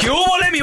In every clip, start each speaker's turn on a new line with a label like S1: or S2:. S1: ¿Qué hubo, mi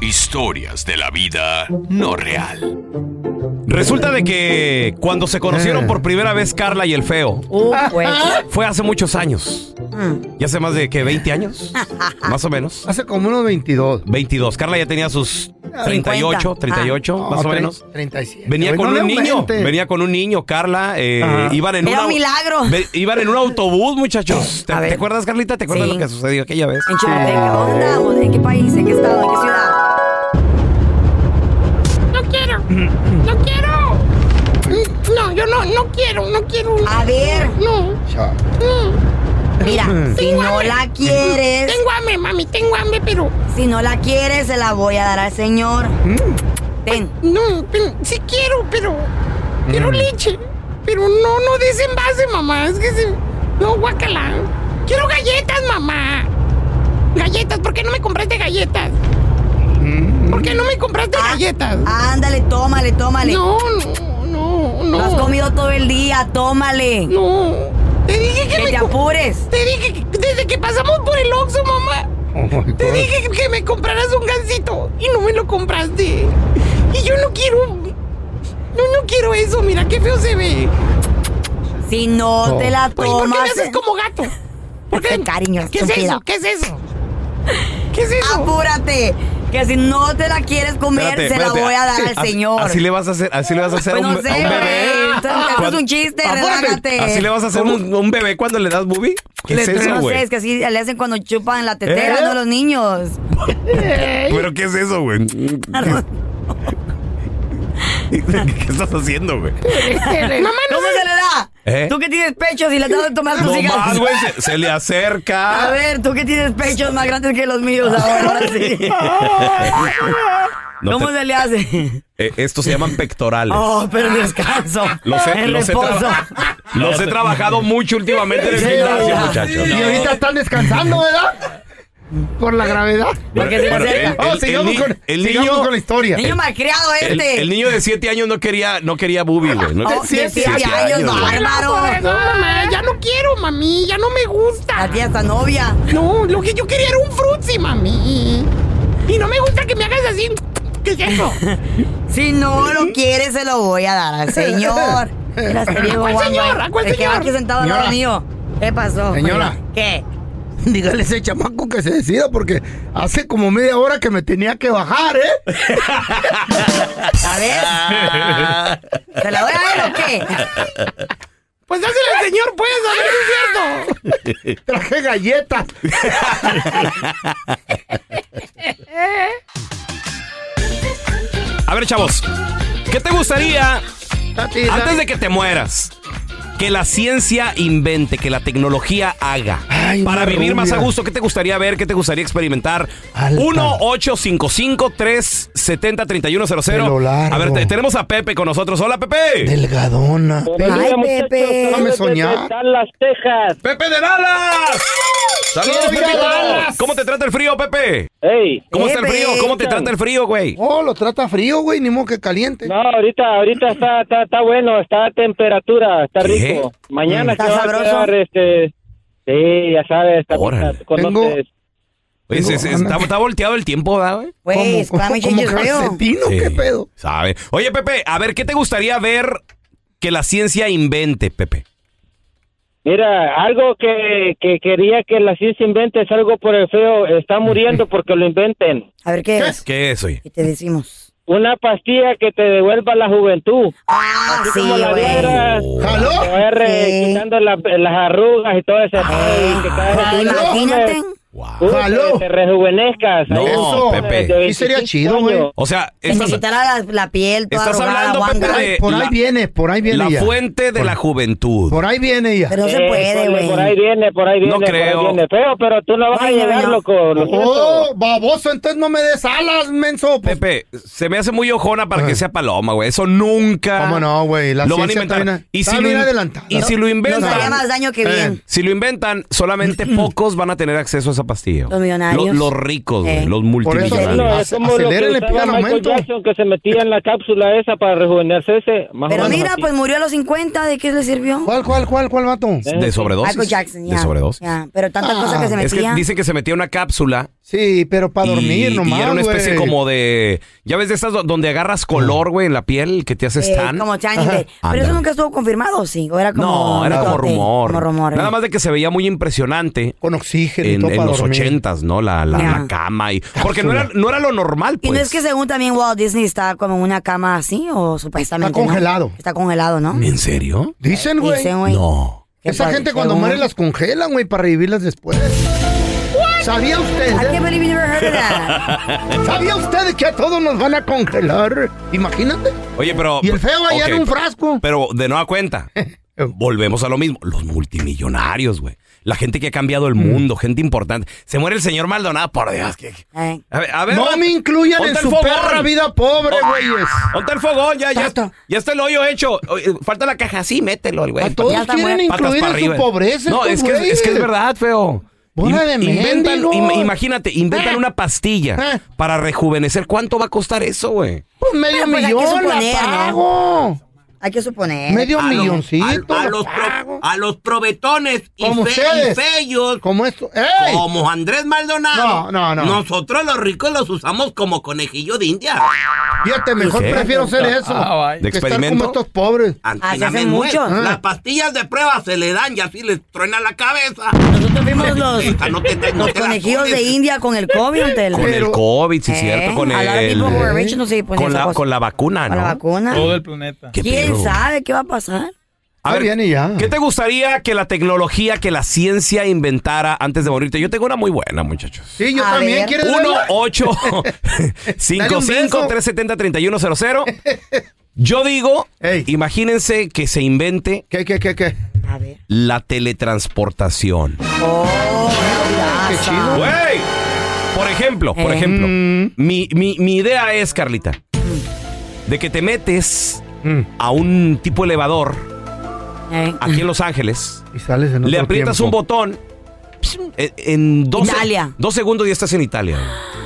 S2: Historias de la vida no real.
S1: Resulta de que cuando se
S3: Eh.
S1: conocieron por primera vez Carla y el feo,
S4: Uh, pues.
S1: fue hace muchos años.
S5: mm.
S1: Ya hace más de que 20 años, más o menos.
S3: Hace como unos Ah, 22.
S1: 22. Carla ya tenía sus 38,
S4: 50.
S1: 38,
S4: Ah.
S3: No,
S1: más o
S3: tre-
S1: menos.
S3: 37.
S1: Venía
S3: Güey,
S1: con
S3: no
S1: un
S3: le
S1: niño,
S3: aumentes.
S1: venía con un niño, Carla, eh,
S3: Ajá.
S1: iban en
S4: Era
S1: un
S4: un
S1: au-
S4: milagro.
S1: ve- iban en un autobús, muchachos. ¿Te,
S4: A ver.
S1: te acuerdas, Carlita? ¿Te acuerdas
S4: Sí.
S1: lo que sucedió aquella vez?
S4: En Choluteca, ¿dónde andamos? ¿En qué país? ¿En qué estado? ¿En qué ciudad?
S5: No quiero. No quiero. Mm, No, yo no, no quiero, no quiero.
S4: A ver,
S5: No.
S3: Chao.
S5: mm.
S4: mira, si
S5: Tengo
S4: no
S5: hambre.
S4: la quieres,
S5: Tengo hambre, mami, tengo hambre, pero.
S4: si no la quieres, se la voy a dar al señor. Ten.
S5: Mm. No, pero- sí quiero, pero. Quiero
S6: Mm.
S5: leche. Pero no, no desenvase, mamá. Es que se. No, guacala. Quiero galletas, mamá. Galletas, ¿por qué no me compraste galletas? ¿Por qué no me compraste
S4: Ah,
S5: galletas?
S4: Ándale, tómale, tómale.
S5: No, no, no, no.
S4: Lo has comido todo el día, tómale.
S5: No. Te dije que,
S4: que
S5: me
S4: te
S5: co-
S4: apures.
S5: Te dije que desde que pasamos por el Oxxo, mamá. Te dije que me compraras un gansito y no me lo compraste. Y yo no quiero. No, no quiero eso. Mira qué feo se ve.
S4: Si no te la
S5: Oye, Pues, ¿por qué me
S4: tomas.
S5: haces como gato? ¿Por qué?
S4: Cariño,
S5: ¿Qué es
S4: estúpida.
S5: eso? ¿Qué es eso? ¿Qué es eso?
S4: Apúrate. Que si no te la quieres comer,
S1: Espérate,
S4: se
S1: espérate.
S4: la voy a dar al
S1: Así-
S4: señor.
S1: Así le vas a hacer, así le vas a hacer a
S4: Pues
S1: un,
S4: no
S1: be-
S4: sé,
S1: a un bebé.
S4: güey. Te- te haces
S1: Cuando-
S4: un chiste,
S1: Apúrate.
S4: relájate.
S1: Así le vas a hacer un, un bebé cuando le das booby. ¿Qué
S4: Le-
S1: es eso,
S4: no sé,
S1: güey?
S4: es que así le hacen cuando chupan la tetera
S1: ¿Eh?
S4: ¿no? los niños.
S1: ¿Pero qué es eso, güey? ¿Qué estás haciendo, güey?
S5: Mamá, no.
S4: ¿Cómo se le da?
S1: ¿Eh?
S4: Tú que tienes pechos y le das de tomar a tus
S1: No
S4: hijas.
S1: más, güey, se, se le acerca.
S4: A ver, tú que tienes pechos más grandes que los míos ahora, ahora sí.
S1: No
S4: ¿Cómo
S1: te-
S4: se le hace?
S1: eh, estos se llaman pectorales.
S4: Oh, pero el descanso.
S1: Los he,
S4: el
S1: los he
S4: reposo.
S1: traba- los he trabajado mucho últimamente en el
S3: Sí,
S1: gimnasio,
S3: ya.
S1: muchachos.
S3: Y ahorita están descansando, ¿verdad? Por la gravedad.
S4: Porque se le
S1: Bueno,
S4: acerca.
S1: El-
S3: Oh,
S1: el
S3: sigamos
S1: ni-
S3: con,
S1: el
S3: sigamos
S1: niño-
S3: con la historia.
S4: Niño malcriado
S1: El,
S4: este.
S1: el niño de 7 años no quería, no quería booby, güey. No,
S4: Oh, de siete
S1: siete
S4: años,
S1: güey.
S4: bárbaro.
S5: No, mamá, ya no quiero, mami. Ya no me gusta.
S4: La tía está novia.
S5: No, lo que yo quería era un frutzi, mami. Y no me gusta que me hagas así. ¿Qué es eso?
S4: Si no lo quiere, se lo voy a dar al señor. Mira, este viejo
S5: ¿A cuál
S4: guango,
S5: señor? ¿A cuál
S4: el que va
S5: señor?
S4: aquí sentado al lado
S3: Señora.
S4: mío. ¿Qué pasó?
S3: Señora.
S4: ¿Qué?
S3: Dígale a ese chamaco que se decida porque hace como media hora que me tenía que bajar, ¿eh?
S4: A
S1: Ah.
S4: ver. ¿Se la voy a ver o qué?
S5: Pues dásela al señor, pues, a ver si es cierto.
S3: Traje galletas.
S1: A ver, chavos, ¿qué te gustaría antes de que te mueras? Que la ciencia invente, que la tecnología haga. para
S3: una
S1: vivir más a
S3: rubia.
S1: gusto, ¿qué te gustaría ver? ¿Qué te gustaría experimentar?
S3: Alta.
S1: 1-855-370-3100.
S3: largo.
S1: A ver, te- tenemos a Pepe con nosotros. Hola, Pepe.
S3: Delgadona.
S4: Pepe.
S3: Déjame soñar.
S7: Dallas, Texas.
S1: Pepe de Dallas. Saludos,
S3: Quiero ir a
S1: Pepito.
S3: Dallas.
S1: ¿Cómo te trata el frío, Pepe?
S7: Hey.
S1: ¿Cómo está el
S3: Pepe.
S1: frío? ¿Cómo te trata el frío, güey?
S3: Oh, lo trata frío, güey, ni modo que caliente.
S7: No, ahorita, ahorita está, está, está bueno, está a temperatura, está rico. Mañana
S3: ¿Está
S7: se va a
S3: sabroso?
S7: quedar, este, sí, ya sabes, está, está- conoces.
S1: Oye, se- se- está, está volteado el tiempo, ¿verdad, güey?
S4: Güey,
S3: Como-
S4: Spam
S3: como
S4: Change Real.
S1: Sí,
S3: qué pedo?
S1: Sabe. Oye, Pepe, a ver, ¿qué te gustaría ver que la ciencia invente, Pepe?
S7: Mira, algo que, que quería que la ciencia invente es algo por el feo, está muriendo porque lo inventen.
S4: A ver qué es.
S1: ¿Qué es, oye?
S4: Y te decimos.
S7: Una pastilla que te devuelva la juventud.
S4: Ah,
S7: Así
S4: sí,
S7: como la
S4: güey.
S7: vieras, te va a ir, eh,
S4: Sí.
S7: quitando la- las arrugas y todo ese pedo y que cada vez
S4: Ah,
S7: que uno
S4: imagínate.
S7: come, uy, te- Te, rejuvenezcas.
S1: No,
S7: Ahí
S1: Eso,
S7: de-
S1: Pepe.
S7: de
S1: Sí sería
S7: 25
S3: chido, güey.
S7: años.
S1: O sea,
S4: Se
S1: estás,
S4: quitará la, la piel toda
S1: estás
S4: arrugada,
S1: hablando,
S4: guanga.
S1: Pepe, de
S3: Por ahí
S1: la-
S3: viene, por ahí viene
S1: la
S3: ya.
S1: fuente de la juventud.
S3: Por ahí viene ya.
S4: Pero no se
S7: Eh,
S4: puede,
S7: ponle,
S4: güey.
S7: Por ahí viene, por ahí viene.
S1: No creo.
S7: Por ahí viene. Feo, pero tú no vas
S4: Ay,
S7: a llegar,
S4: no.
S7: loco. Lo siento.
S3: Oh, baboso, entonces no me des alas, menso. Pues,
S1: Pepe, se me hace muy ojona para que sea paloma, güey. Eso nunca.
S3: ¿Cómo no, güey? La
S1: lo van a
S3: ciencia
S1: inventar.
S3: está bien-
S1: y
S3: está
S1: si lo,
S3: bien
S1: in-
S3: adelantada.
S1: y si lo inventan.
S4: Nos haría más daño
S3: Eh.
S4: que bien.
S1: Si lo inventan, solamente pocos van a tener acceso a esa pastilla.
S4: Los millonarios.
S1: Lo- Los, ricos, güey,
S4: Eh.
S1: los
S3: Por eso,
S1: multimillonarios.
S7: No, es como lo que
S3: Acelerenle,
S7: usaba
S3: pidan
S7: Michael
S3: aumento.
S7: Jackson que se metía en la cápsula esa para rejuvenecerse. Más o
S4: Pero
S7: menos
S4: mira,
S7: así.
S4: pues murió a los 50, ¿de qué le sirvió?
S3: ¿Cuál, cuál, cuál, cuál, vato?
S1: De sobredosis.
S4: Michael Jackson, ya.
S1: De sobredosis.
S4: ya. Pero tantas
S3: Ah.
S4: cosas que se
S1: Es que
S4: metía.
S1: dicen que se metía una cápsula
S3: Sí, pero para dormir
S1: y,
S3: nomás,
S1: y era una especie
S3: güey.
S1: como de. Ya ves de estas do- donde agarras color, güey, en la piel que te hace
S4: eh,
S1: tan.
S4: como Channing Tatum. Pero
S1: Ándale.
S4: eso nunca estuvo confirmado, ¿o sí. O era como.
S1: no, era como
S4: mitote,
S1: rumor.
S4: Como rumor.
S1: Nada
S4: eh.
S1: más de que se veía muy impresionante
S3: Con oxígeno y
S1: en,
S3: todo
S1: en
S3: para
S1: los
S3: dormir.
S1: ochentas, ¿no? La, la,
S4: Ya.
S1: la cama y. Porque no era, no era lo normal,
S4: Y
S1: pues.
S4: no es que según también Walt Disney está como en una cama así, o supuestamente.
S3: Está
S4: ¿no?
S3: congelado.
S4: Está congelado, ¿no?
S1: ¿En serio?
S3: Dicen, güey.
S4: Dicen, güey.
S1: No.
S4: que
S3: Esa
S4: por-
S3: gente cuando
S4: según-
S3: muere las congelan, güey, para revivirlas después. ¿Sabía usted?
S4: I can't believe you never heard of that.
S3: ¿Sabía usted que a todos nos van a congelar? Imagínate.
S1: Oye, pero.
S3: Y el feo allá
S1: ok,
S3: en un frasco.
S1: Pero de nueva cuenta, volvemos a lo mismo. Los multimillonarios, güey. La gente que ha cambiado
S3: Mm.
S1: el mundo, gente importante. Se muere el señor Maldonado, por Dios. que-
S4: Eh.
S1: A ver, a ver,
S3: No
S1: va-
S3: me incluyan
S1: ponte
S3: en
S1: el
S3: su
S1: fogón.
S3: perra vida pobre,
S1: Oh.
S3: güeyes.
S1: Ponte el fogón, ya, ya,
S3: Tata.
S1: ya está el hoyo hecho. Oye, Falta la caja, sí, mételo, el güey.
S3: A todos
S4: Ya está
S3: quieren
S4: muerto.
S1: Patas
S3: incluir
S1: para
S3: en su
S1: arriba.
S3: pobreza.
S1: No, es
S3: estos
S1: que, es que es
S3: güeyes.
S1: verdad, feo.
S3: Bola
S1: In-
S3: de
S1: inventan,
S3: mendigos.
S1: im- imagínate, inventan
S3: Ah.
S1: una pastilla
S3: Ah.
S1: para rejuvenecer. ¿Cuánto va a costar eso, güey?
S3: Pues medio
S4: Pero pues hay que
S3: millón
S4: suponer,
S3: la
S4: ¿no?
S3: pago.
S4: Hay que suponer.
S3: Medio
S8: A los-
S3: milloncito.
S8: a- a
S3: la
S8: los pro-
S3: pago.
S8: a los probetones y,
S3: Como
S8: fe-
S3: ustedes.
S8: y feos
S3: Como esto. ¡Ey!
S8: como Andrés Maldonado.
S3: No, no, no.
S8: Nosotros los ricos los usamos como conejillo de India.
S3: Fíjate, este, mejor
S1: ¿Qué?
S3: prefiero hacer eso.
S1: Ah,
S3: que
S1: ¿De experimento?
S3: Estar como estos pobres.
S4: Ah, se
S8: Antina
S4: hacen
S8: Menguel.
S4: muchos.
S8: Las pastillas de prueba se le dan y así les truena la cabeza.
S4: Nosotros vimos los,
S8: Esta no te- no
S4: los
S8: te la
S4: conejillos
S8: pones.
S4: de India con el COVID, Antel.
S1: Con el
S3: Pero-
S1: COVID, sí,
S4: Eh,
S1: es cierto. Con
S4: a lot of
S1: el.
S4: people who are rich no se ponen
S1: Con
S4: esas
S1: la,
S4: cosas.
S1: con la vacuna,
S4: Con
S1: ¿no?
S4: la vacuna.
S2: Todo el planeta.
S1: ¿Qué
S4: ¿Quién
S1: pedo?
S4: sabe qué va a pasar?
S1: A
S3: Está
S1: ver,
S3: bien y ya.
S1: ¿Qué te gustaría que la tecnología, que la ciencia inventara antes de morirte? Yo tengo una muy buena, muchachos.
S3: Sí, yo
S4: A
S3: también.
S4: ver.
S3: ¿Quieres
S1: 1
S3: verla?
S1: 8
S3: Dale
S1: 5
S3: un beso.
S1: 370 3100 Yo digo,
S3: Ey.
S1: imagínense que se invente
S3: ¿Qué, qué, qué, qué?
S4: A ver.
S1: la teletransportación.
S4: Oh,
S3: Qué
S4: raza.
S3: chido.
S1: ¡Güey! Por ejemplo, por
S4: Eh.
S1: ejemplo,
S3: Mm.
S1: mi, mi- mi idea es, Carlita, de que te metes
S3: Mm.
S1: a un tipo elevador
S4: Eh.
S1: aquí en Los Ángeles.
S3: Y sales en otro
S1: Le aprietas un
S3: tiempo.
S1: botón. psh, En, en dos,
S4: Italia.
S1: dos segundos ya estás en Italia. güey.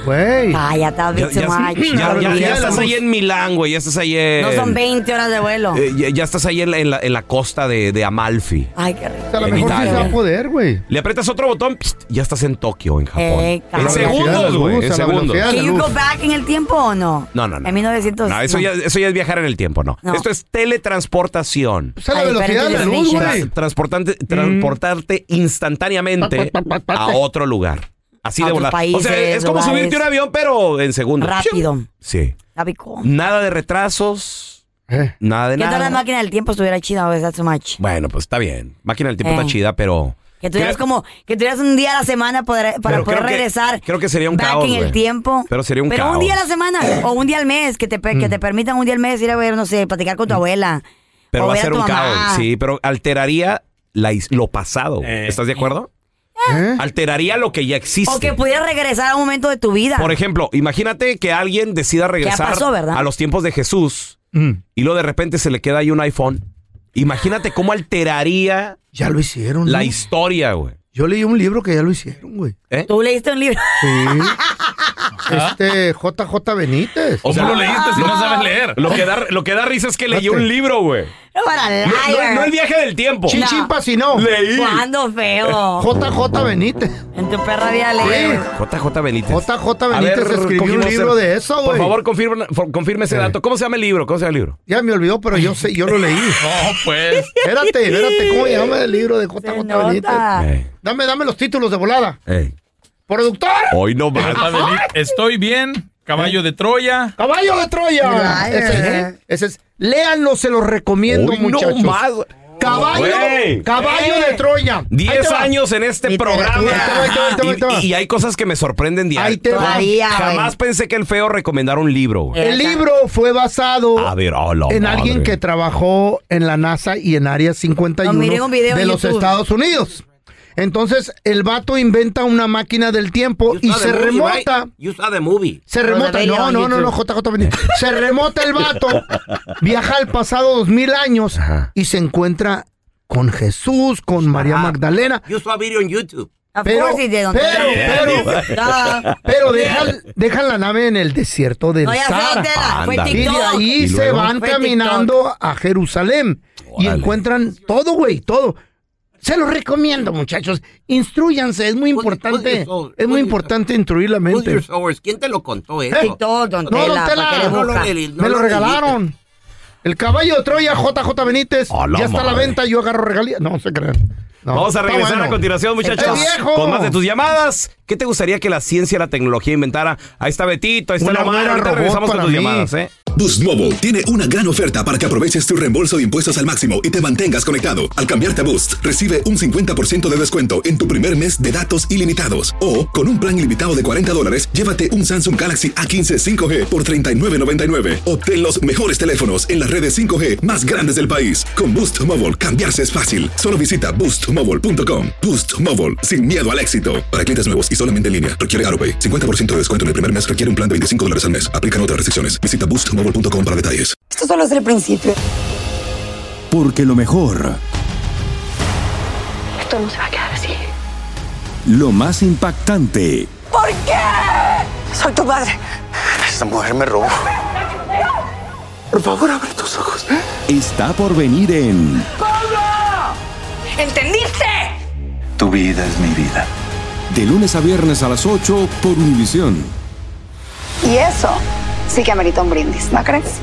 S3: güey.
S4: Cállate,
S1: Ya,
S4: bicho,
S1: ya-
S4: macho.
S1: ya- ya- ya estás ahí en Milán, güey. Ya estás ahí en.
S4: No son 20 horas de vuelo.
S1: eh, ya, ya estás ahí en la, en la- en la costa de, de Amalfi.
S4: Ay, qué rico.
S3: A lo
S1: En
S3: mejor sí se va a
S1: Italia.
S3: poder, güey.
S1: Le aprietas otro botón, pst, ya estás en Tokio, en Japón.
S4: Eh,
S1: en
S4: cabrón.
S1: segundos, güey. En segundos.
S4: ¿Can you go back en el tiempo o no?
S1: No, no, no.
S4: En 1900.
S1: No, eso, Ya, eso ya es viajar en el tiempo, no.
S4: No.
S1: Esto es teletransportación.
S4: sea, la Ay, velocidad de la espérate, luz,
S1: Tra-
S4: güey. Mm.
S1: transportante- Transportarte instantáneamente
S4: Pa, pa, pa, pa, pa.
S1: a otro lugar. Así
S4: A
S1: de
S4: otros
S1: volar. o sea,
S4: países,
S1: es como
S4: lugares.
S1: subirte a un avión, pero en segundos.
S4: Rápido.
S1: Sí.
S4: That'd be cool.
S1: Nada de retrasos.
S4: Eh.
S1: Nada de
S4: ¿Qué tal la
S1: nada.
S4: máquina del tiempo estuviera chida? O sea, so much.
S1: Bueno, pues está bien. Máquina del tiempo
S4: Eh.
S1: está chida, pero.
S4: Que tuvieras
S1: Creo-
S4: como, que tuvieras un día a la semana poder- para
S1: pero
S4: poder
S1: creo que-
S4: regresar.
S1: creo que sería un
S4: back
S1: caos.
S4: en el
S1: güey.
S4: tiempo.
S1: Pero sería un
S4: Pero
S1: caos. Mm.
S4: un día a la semana o un día al mes, que te, pe- que te permitan un día al mes ir a ver, no sé, platicar con tu abuela.
S1: Pero
S4: o
S1: va a
S4: ver
S1: ser
S4: tu
S1: un
S4: mamá.
S1: caos, sí, pero alteraría la his- lo pasado. ¿Estás de acuerdo? Eh. Alteraría lo que ya existe.
S4: ¿Eh? O que pudieras regresar a un momento de tu vida.
S1: Por ejemplo, imagínate que alguien decida regresar
S4: pasó, ¿verdad?
S1: a los tiempos de Jesús y luego de repente se le queda ahí un iPhone. Imagínate cómo alteraría
S3: Ya lo hicieron. ¿no?
S1: la historia, güey. ¿Eh?
S3: Yo leí un libro que ya lo hicieron, güey.
S4: ¿Tú leíste un libro?
S3: Sí. Este JJ Benítez.
S1: O sea,
S3: Ah.
S1: lo leíste, si no sabes leer. Lo que da, lo que da risa es que leyó un libro, güey.
S4: No, para
S1: No, no-
S4: liar.
S1: no el viaje del tiempo.
S3: Chinchín
S4: No.
S3: pasinó.
S1: Leí.
S4: ¿Cuándo,
S1: Eh,
S4: feo?
S3: JJ Benítez.
S4: En tu perra vida leer.
S1: JJ Benítez.
S3: JJ
S1: A
S3: Benítez escribió un
S1: cogimos
S3: libro
S1: el-
S3: de eso, güey.
S1: Por favor, confirma, for- confirme ese dato. ¿Cómo se llama el libro? ¿Cómo se llama el libro?
S3: Ya me olvidó, pero yo sé, yo lo leí.
S1: No, pues.
S3: Espérate, espérate, ¿cómo se llama el libro de JJ
S4: nota.
S3: Benítez? Dame, dame los títulos de volada. ¡Productor!
S1: Hoy no más.
S9: Estoy bien. Caballo de Troya.
S3: ¡Caballo de Troya!
S9: Ay,
S3: Ese es,
S9: eh.
S3: ese es. Léanlo, se los recomiendo,
S1: Hoy no
S3: muchachos.
S1: más.
S3: ¡Caballo!
S1: Güey.
S3: ¡Caballo
S1: Eh.
S3: de Troya! Ahí
S1: 10
S3: te va.
S1: años en este
S3: Literatura.
S1: programa.
S3: Ahí te va, ahí te va, ahí te va, ahí te va.
S1: Y, y hay cosas que me sorprenden diario.
S3: Ahí te va. Todavía, güey.
S1: Jamás pensé que el feo recomendara un libro. güey.
S3: El libro fue basado
S1: A ver, oh, hola.
S3: en alguien que trabajó en la NASA y en Área 51
S4: No, miré un video
S3: de
S4: en
S3: los
S4: YouTube.
S3: Estados Unidos. Entonces, el vato inventa una máquina del tiempo y se remota.
S1: You saw the movie.
S3: Se remota. No, no, no, no, JJ Benítez. Se remota el vato, viaja al pasado 2000 años y se encuentra con Jesús, con María Magdalena.
S1: You saw a video on YouTube.
S3: Pero,
S4: course he did,
S3: pero,
S4: don
S3: pero,
S4: Tela.
S3: pero dejan, dejan la nave en el desierto del
S4: No, ya sé,
S3: Sahara.
S4: Tela, fue
S3: Y de
S4: TikTok.
S3: ahí
S4: ¿Y
S3: se
S4: luego?
S3: van
S4: Fue
S3: caminando a Jerusalén y encuentran todo, güey, todo. Se los recomiendo, muchachos. Instruyanse, es muy importante.
S1: soul,
S3: Es muy importante instruir la
S1: pues,
S3: mente.
S1: ¿Quién te lo contó
S3: esto?
S4: TikTok, don
S3: No, don
S4: Tela,
S3: Tela.
S4: ¿para qué le busca?
S3: No lo del- Me lo regalaron. El caballo de Troya, JJ Benítez.
S1: A la
S3: Ya está a la
S1: madre.
S3: venta, yo agarro regalías. No, no se crean. No,
S1: Vamos a
S3: está
S1: regresar
S3: bueno.
S1: a continuación, muchachos.
S3: Está viejo.
S1: Con más de tus llamadas. ¿Qué te gustaría que la ciencia y la tecnología inventara? Ahí está Betito, ahí está
S10: Una
S1: la
S10: buena
S1: Ahorita
S10: robot
S1: regresamos con
S10: para
S1: tus
S10: mí.
S1: llamadas, ¿eh?
S10: Boost Mobile tiene una gran oferta para que aproveches tu reembolso de impuestos al máximo y te mantengas conectado. Al cambiarte a Boost, recibe un 50% de descuento en tu primer mes de datos ilimitados. O, con un plan ilimitado de 40 dólares, llévate un Samsung Galaxy A15 5G por $39.99. Obtén los mejores teléfonos en las redes 5G más grandes del país. Con Boost Mobile, cambiarse es fácil. Solo visita boostmobile.com. Boost Mobile, sin miedo al éxito. Para clientes nuevos y solamente en línea, requiere AroPay. 50% de descuento en el primer mes requiere un plan de 25 dólares al mes. Aplican otras restricciones. Visita boostmobile.com para detalles.
S11: Esto solo es el principio.
S12: Porque lo mejor,
S6: Esto no se va a quedar así.
S12: lo más impactante,
S6: ¿Por qué? Soy tu padre.
S12: esta mujer me robó.
S6: Por favor, abre tus ojos.
S12: Está por venir en
S6: ¡Pablo! ¿Entendiste?
S12: Tu vida es mi vida. De lunes a viernes a las 8 por Univisión.
S6: Y eso sí que amerita un brindis, ¿no crees?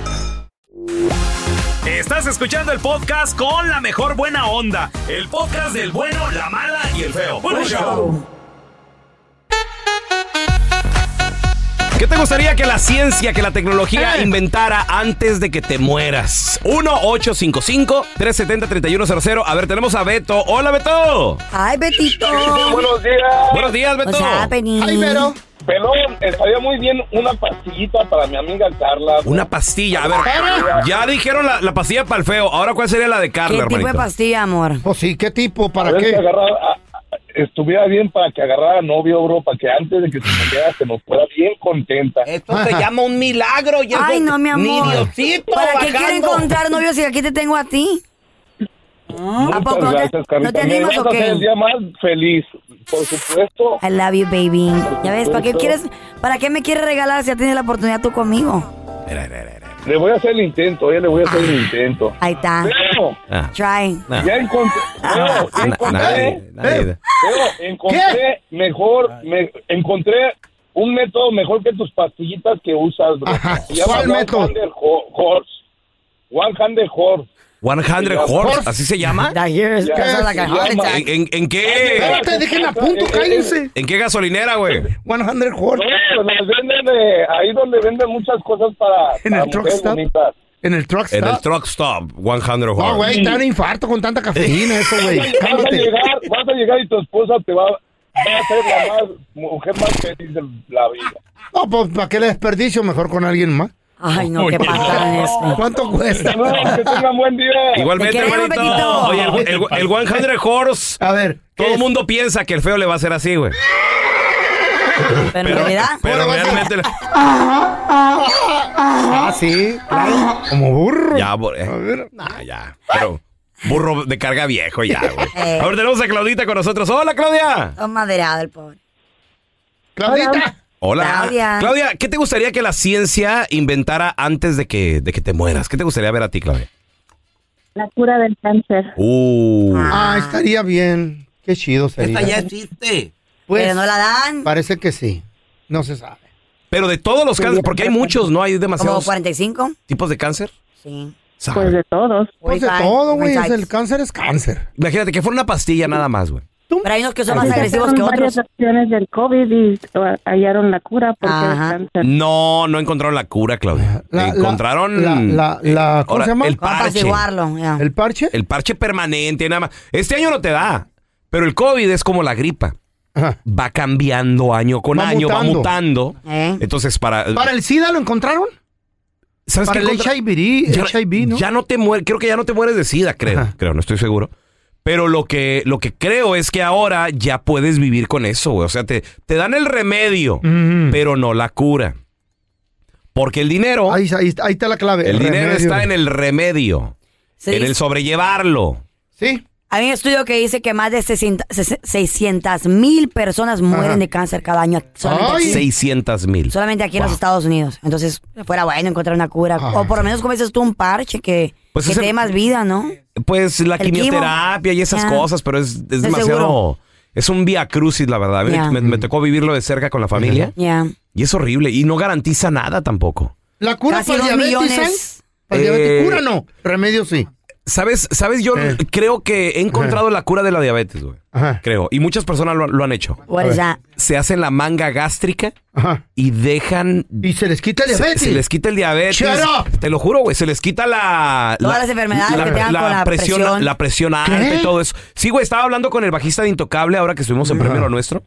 S13: Estás escuchando el podcast con la mejor buena onda. El podcast del bueno, la mala y el feo. Bueno, show.
S1: ¿Qué te gustaría que la ciencia, que la tecnología inventara antes de que te mueras? 1-855-370-3100. A ver, tenemos a Beto. Hola, Beto.
S4: Ay, Betito.
S1: Buenos
S14: días.
S1: Buenos días, Beto.
S4: What's happening?
S14: Pelón, estaría muy bien una pastillita para mi amiga Carla.
S1: Una pastilla. A ver, ya dijeron la, la pastilla para el feo. Ahora, ¿cuál sería la de
S4: ¿Qué
S1: Carla,
S4: tipo de
S1: hermanito?
S4: pastilla, amor?
S1: Oh,
S3: Pues sí, ¿qué tipo?
S14: A ver si agarra- a- a- estuviera bien para que agarrara novio, bro, para que antes de que se muriera se nos fuera bien contenta.
S1: Esto se llama un milagro.
S4: Ay, no, mi amor. ¿Para qué quiero encontrar novios si aquí te tengo a ti? ¿A poco?
S14: Muchas gracias,
S4: ¿No te
S14: Carlita. Me
S4: animas o
S14: dejas
S4: qué?
S14: el día más feliz, por supuesto.
S4: I love you, baby. Ya ves, ¿para qué quieres, para qué me quieres regalar si ya tienes la oportunidad tú conmigo?
S14: Le voy a hacer el intento, oye, le voy a hacer el intento.
S4: Ahí está.
S14: Pero,
S1: Ah.
S4: Try.
S1: Ah.
S14: ya encontré, pero,
S1: Na- nadie-
S14: encontré,
S3: Eh,
S1: nadie-
S14: pero encontré mejor, me- encontré un método mejor que tus pastillitas que usas, bro. Se llama
S3: ¿cuál
S14: One
S3: método?
S14: Handed Ho- Horse. One Handed Horse.
S1: 100 Horse, ¿así se llama?
S14: Ya, se llama.
S1: ¿En, en, en qué?
S3: Espérate, dejen a punto, cállense.
S1: ¿En qué gasolinera, güey?
S3: 100
S14: No, pues
S3: Horse.
S14: las venden eh, ahí donde venden muchas cosas para,
S3: En
S14: para
S3: el truck
S14: mujeres
S3: stop.
S14: bonitas.
S3: En el truck
S1: En el
S3: stop.
S1: truck stop, 100 Horse.
S3: No, güey, te da un infarto con tanta cafeína eso, güey.
S14: Vas a,
S3: Cálmate.
S14: llegar, vas a llegar y tu esposa te va, va a ser la más, mujer más feliz de la vida.
S3: No, pues, ¿para qué le desperdicio? Mejor con alguien más.
S4: Ay,
S14: no, qué patán
S3: es.
S4: este.
S3: ¿Cuánto cuesta?
S14: Saludos, que tengan buen día.
S1: Igualmente, hermanito. Oye, el, el, el 100 Horse.
S3: A ver.
S1: Todo el mundo piensa que el feo le va a hacer así, güey.
S4: Pero en realidad.
S1: Pero realmente. le-
S3: Ah, sí. claro. Como burro.
S1: Ya, bo- eh. Ah, ya. Pero burro de carga viejo, ya, güey.
S4: Eh.
S1: Ahora tenemos a Claudita con nosotros. Hola, Claudia.
S4: Oh, maderado el pobre.
S3: Claudita.
S1: Hola.
S4: Claudia.
S1: Claudia, ¿qué te gustaría que la ciencia inventara antes de que, de que te mueras? ¿Qué te gustaría ver a ti, Claudia?
S15: La cura del cáncer.
S1: Uh.
S3: Ah, estaría bien. Qué chido sería.
S1: existe.
S3: Pues,
S4: Pero no la dan.
S3: Parece que sí. No se sabe.
S1: Pero de todos los cánceres, porque hay muchos, ¿no? Hay
S4: Como
S1: demasiados
S4: 45.
S1: tipos de cáncer.
S4: Sí.
S1: Pues
S15: de todos.
S3: Pues de
S4: 45,
S3: todo, güey.
S4: types.
S3: El cáncer es cáncer.
S1: Imagínate que fuera una pastilla nada más, güey.
S4: Pero hay unos que Pues son más
S15: Se
S4: agresivos que
S15: sacaron varias
S4: otros.
S15: opciones del COVID y uh, hallaron la cura porque
S4: Ajá.
S15: el cáncer.
S1: No, no encontraron la cura, Claudia.
S3: La-
S1: encontraron
S3: la- la- la-
S1: eh,
S3: ¿cómo se llama?
S1: el
S3: Vamos a
S1: parche.
S4: Apaciguarlo, ya.
S3: ¿El parche?
S1: El parche permanente, nada más. Este año no te da, pero el COVID es como la gripa.
S3: Ajá.
S1: Va cambiando año con
S3: Va
S1: año, va
S3: mutando.
S1: mutando.
S4: ¿Eh?
S1: Entonces, para.
S3: ¿Para el SIDA lo encontraron?
S1: ¿Sabes
S3: para
S1: qué
S3: el
S1: contra-
S3: HIV,
S1: ya,
S3: HIV, ¿no?
S1: ya no te mueres, creo que ya no te mueres de SIDA, creo, creo, no estoy seguro. Pero lo que, lo que creo es que ahora ya puedes vivir con eso, güey. O sea, te, te dan el remedio, pero no la cura. Porque el dinero,
S3: Ahí, ahí- ahí está la clave.
S1: el dinero
S3: remedio.
S1: está en el remedio,
S4: Sí.
S1: en el sobrellevarlo.
S3: Sí.
S4: Hay un estudio que dice que más de 600 mil personas mueren de cáncer cada año solamente aquí,
S1: 600 mil.
S4: solamente aquí en los Estados Unidos. Entonces, fuera bueno encontrar una cura. O por lo menos, como dices tú, un parche que,
S1: Pues
S4: que
S1: ese-
S4: te dé más vida, ¿no?
S1: Pues la
S4: El quimo.
S1: quimioterapia y esas
S4: Ya.
S1: cosas, pero es, es
S4: De
S1: demasiado.
S4: seguro.
S1: Es un vía crucis, la verdad. A mí
S4: Ya.
S1: me, me tocó vivirlo de cerca con la familia.
S4: Ya.
S1: Y es horrible. Y no garantiza nada tampoco.
S3: La cura
S4: Casi
S3: para el
S4: dos
S3: diabetes,
S4: millones.
S3: ¿eh? ¿Para el diabetes
S1: Eh,
S3: cura no? Remedio sí. Eh.
S1: ¿Sabes? ¿Sabes? Yo creo que he encontrado la cura de la diabetes, güey. Creo. Y muchas personas lo, lo han hecho.
S4: What is that?
S1: Se hacen la manga gástrica y dejan.
S3: Y se les quita el
S1: se-
S3: diabetes.
S1: Se, les quita el diabetes.
S3: Shut up.
S1: Te lo juro, güey. Se les quita la.
S4: Todas
S1: la-
S4: las enfermedades que te dan con la presión.
S1: La presión alta y todo eso. Sí, güey. Estaba hablando con el bajista de Intocable ahora que estuvimos en Premio Lo Nuestro.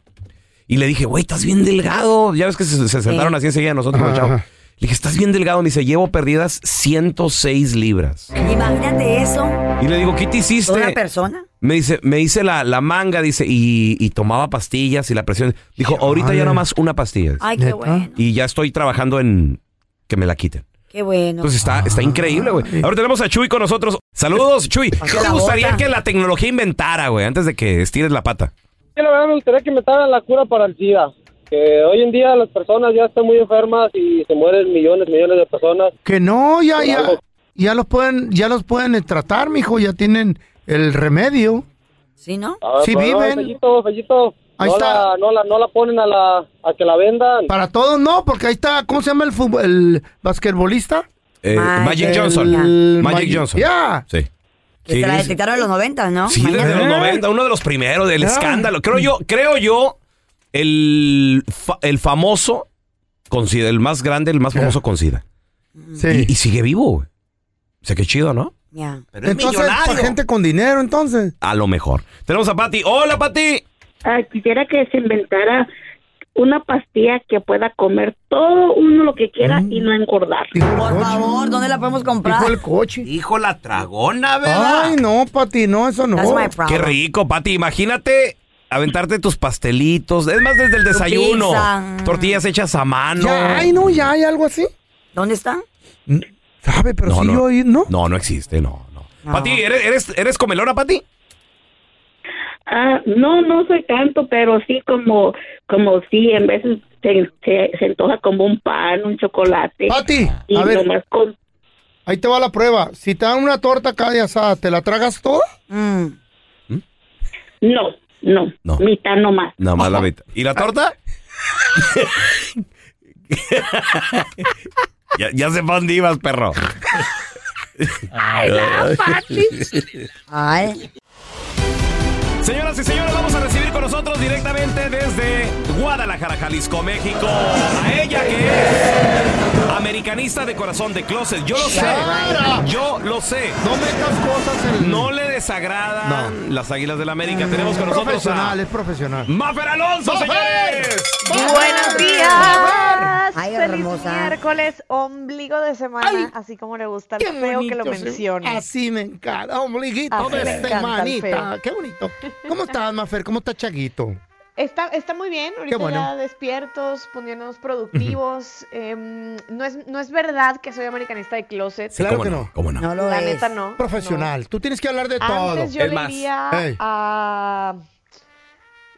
S1: Y le dije, güey, estás bien delgado. Ya ves que se, se sentaron así enseguida nosotros, los chavos. Le dije, estás bien delgado. Me dice, llevo perdidas 106 libras.
S4: Imagínate eso.
S1: Y este le digo, ¿qué te hiciste?
S4: Una persona.
S1: Me dice, me hice la, la manga, dice, y, y tomaba pastillas y la presión. Dijo, ahorita ya nomás una pastilla.
S4: Ay, qué bueno.
S1: Y ya estoy trabajando en que me la quiten.
S4: Qué bueno.
S1: Entonces está, está increíble, güey. Ahora tenemos a Chuy con nosotros. Saludos, Chuy. ¿Qué
S4: la
S1: te gustaría
S4: bota.
S1: que la tecnología inventara, güey, antes de que estires la pata?
S16: Sí, la verdad me gustaría que me tragan la cura para el SIDA. Que hoy en día las personas ya están muy enfermas y se mueren millones, millones de personas.
S3: Que no, ya, ya,
S16: Algo.
S3: ya los pueden, ya los pueden eh, tratar, mijo, ya tienen el remedio.
S4: ¿Sí, no?
S16: Ah,
S3: Sí
S16: pero no,
S3: viven.
S16: Fellito, Fellito,
S3: Ahí
S16: no
S3: está.
S16: La, no, la, no la ponen a, la, a que la vendan.
S3: Para todos no, porque ahí está, ¿cómo se llama el fútbol, el basquetbolista?
S1: Eh,
S15: Ah,
S3: Ay,
S1: Magic
S3: el-
S1: Johnson.
S3: el
S1: Magic
S3: Magic-
S1: Johnson.
S3: Ya.
S1: Sí.
S4: Que
S1: Sí,
S4: te la
S1: sí.
S4: detectaron en los 90, ¿no?
S1: Sí, desde los 90, uno de los primeros, del
S4: Ah.
S1: escándalo. Creo yo, creo yo, el, fa- el famoso con SIDA, el más grande, el más famoso con SIDA. Y, y sigue vivo, güey. O sea, qué chido, ¿no?
S4: Ya.
S3: Entonces, para gente con dinero, entonces.
S1: A lo mejor. Tenemos a Pati. ¡Hola, Pati!
S15: Ah, quisiera que se inventara una pastilla que pueda comer todo uno lo que quiera y no engordar.
S4: Por favor, ¿dónde la podemos comprar?
S3: Dijo el coche.
S1: Dijo la tragona,
S3: Ay, no, Pati, no, eso no.
S4: That's my
S1: Qué rico, Pati. Imagínate aventarte tus pastelitos. Es más, desde el
S3: Tu
S1: desayuno.
S3: pizza.
S1: Tortillas hechas a mano.
S3: Ya, ay, no, ya hay algo así.
S4: ¿Dónde está?
S3: ¿Sabe? Pero sí yo oí- no.
S1: No, no existe, no, no. Pati, ¿eres, eres, eres comelona, Pati?
S15: Ah, no, no soy tanto, pero sí como, como sí, en veces se, se, se antoja como un pan, un chocolate.
S3: Pati,
S15: y
S3: a ver.
S15: nomás con-
S3: Ahí te va la prueba. Si te dan una torta acá de asada, ¿te la tragas ¿Mm? toda?
S4: Mm.
S15: No, no, mitad nomás.
S1: Nada más la mitad. ¿Y la torta? ya, ya se van divas, perro.
S4: Ay.
S1: Señoras y señores, vamos a recibir con nosotros directamente desde Guadalajara, Jalisco, México, a ella que es americanista de corazón de closet. Yo lo sé, yo lo sé.
S3: No metas cosas en...
S1: No le desagradan las Águilas del América. Tenemos con
S3: Es
S1: nosotros a
S3: profesional, es profesional.
S1: Mafer Alonso, señores.
S17: Buenos días.
S4: Ay,
S17: Feliz
S4: hermosa.
S17: miércoles, ombligo de semana, así como le gusta al
S3: Qué
S17: feo que lo
S3: bonito, sí.
S17: menciones.
S3: Así me encanta. Ombliguito
S17: Así
S3: de
S17: me encanta el
S3: semanita.
S17: feo.
S3: Qué bonito. ¿Cómo estás, Mafer? ¿Cómo está Chaguito?
S17: Está, está muy bien, ahorita
S3: bueno.
S17: ya despiertos, poniéndonos productivos. em, no, es, no es verdad que soy americanista de closet.
S3: claro que no.
S4: No lo
S17: La
S4: es.
S17: neta no.
S3: Profesional. Tú tienes que hablar de todo.
S17: Antes yo le iría
S3: Ey.
S17: a...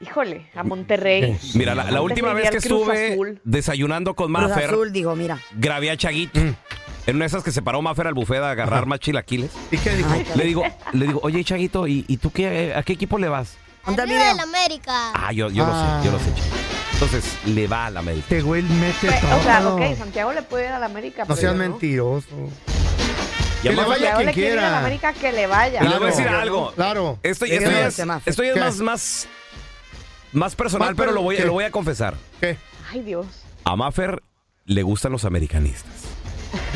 S17: Híjole, a Monterrey.
S1: Mira, la, la
S17: Antes
S1: última
S17: le
S1: vez
S17: iría
S1: que
S17: al Cruz
S1: estuve
S17: Azul.
S1: desayunando con
S4: Cruz
S1: Mafer,
S4: Azul, digo, mira.
S1: grabé a Chaguito.
S3: Mm.
S1: En una de esas que se paró Mafer al buffet a agarrar más chilaquiles.
S3: ¿Y qué dijo?
S1: Le digo, le digo, oye Chaguito, ¿y, y tú qué, a qué equipo le vas?
S4: Ponte el video.
S18: América.
S1: Ah, yo, yo
S3: Ah.
S1: lo sé, yo lo sé. Chaguito. Entonces, le va a la América.
S3: Este güey mete
S17: Pues,
S3: todo.
S17: O sea, ok, Santiago le puede ir a la América.
S3: no
S17: pero
S3: seas
S17: yo
S3: mentiroso.
S1: Y
S3: Que le
S1: además-
S3: vaya
S17: Santiago
S3: quien
S17: le quiere ir a la
S3: quiera.
S17: América, que le vaya.
S1: Y le voy a
S3: Claro.
S1: decir algo.
S3: Claro.
S1: Esto,
S3: ¿Qué
S1: esto ya
S3: más?
S1: es, esto ya es
S3: ¿Qué?
S1: más, más, más personal,
S3: Más
S1: pero
S3: per-
S1: lo voy,
S3: ¿qué?
S1: lo voy a confesar.
S17: Ay, Dios.
S1: A Mafer le gustan los americanistas.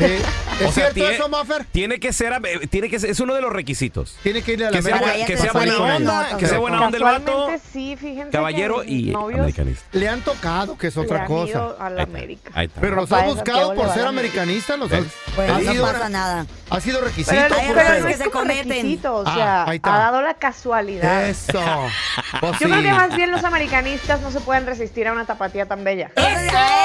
S3: Eh, ¿Es
S1: O sea,
S3: cierto
S1: tiene-
S3: eso, Mafer?
S1: Tiene que ser, eh, tiene que ser- es uno de los requisitos.
S3: Tiene que ir a la
S1: Que sea
S3: América.
S1: buena- que
S3: para
S1: sea
S3: salir
S1: buena
S3: con él.
S1: onda, que sea buena onda el vato,
S17: Casualmente Pues sí, fíjense.
S1: caballero
S17: que mis
S1: y
S17: novios
S1: americanista.
S3: Le han tocado, que es
S17: le
S3: otra
S17: han
S3: cosa.
S17: ido a la América.
S1: Ahí está.
S3: Pero los
S17: Papá
S3: has
S17: de
S3: buscado
S17: Santiago le
S3: por
S17: va
S3: ser
S17: a la América.
S3: americanistas, los
S1: Eh.
S3: has...
S4: Pues
S3: ha,
S4: no
S3: sido,
S4: pasa nada.
S3: ha sido requisito.
S17: Pero no
S4: Hay
S3: por
S17: es-
S4: errores
S3: ser-
S17: no
S4: que
S17: es
S4: se
S17: como
S4: cometen.
S17: requisito, o
S3: Ah,
S17: sea,
S3: ahí está.
S17: ha dado la casualidad.
S3: Eso. Pues
S17: Yo creo
S3: sí.
S17: que más bien los americanistas no se pueden resistir a una tapatía tan bella. Yo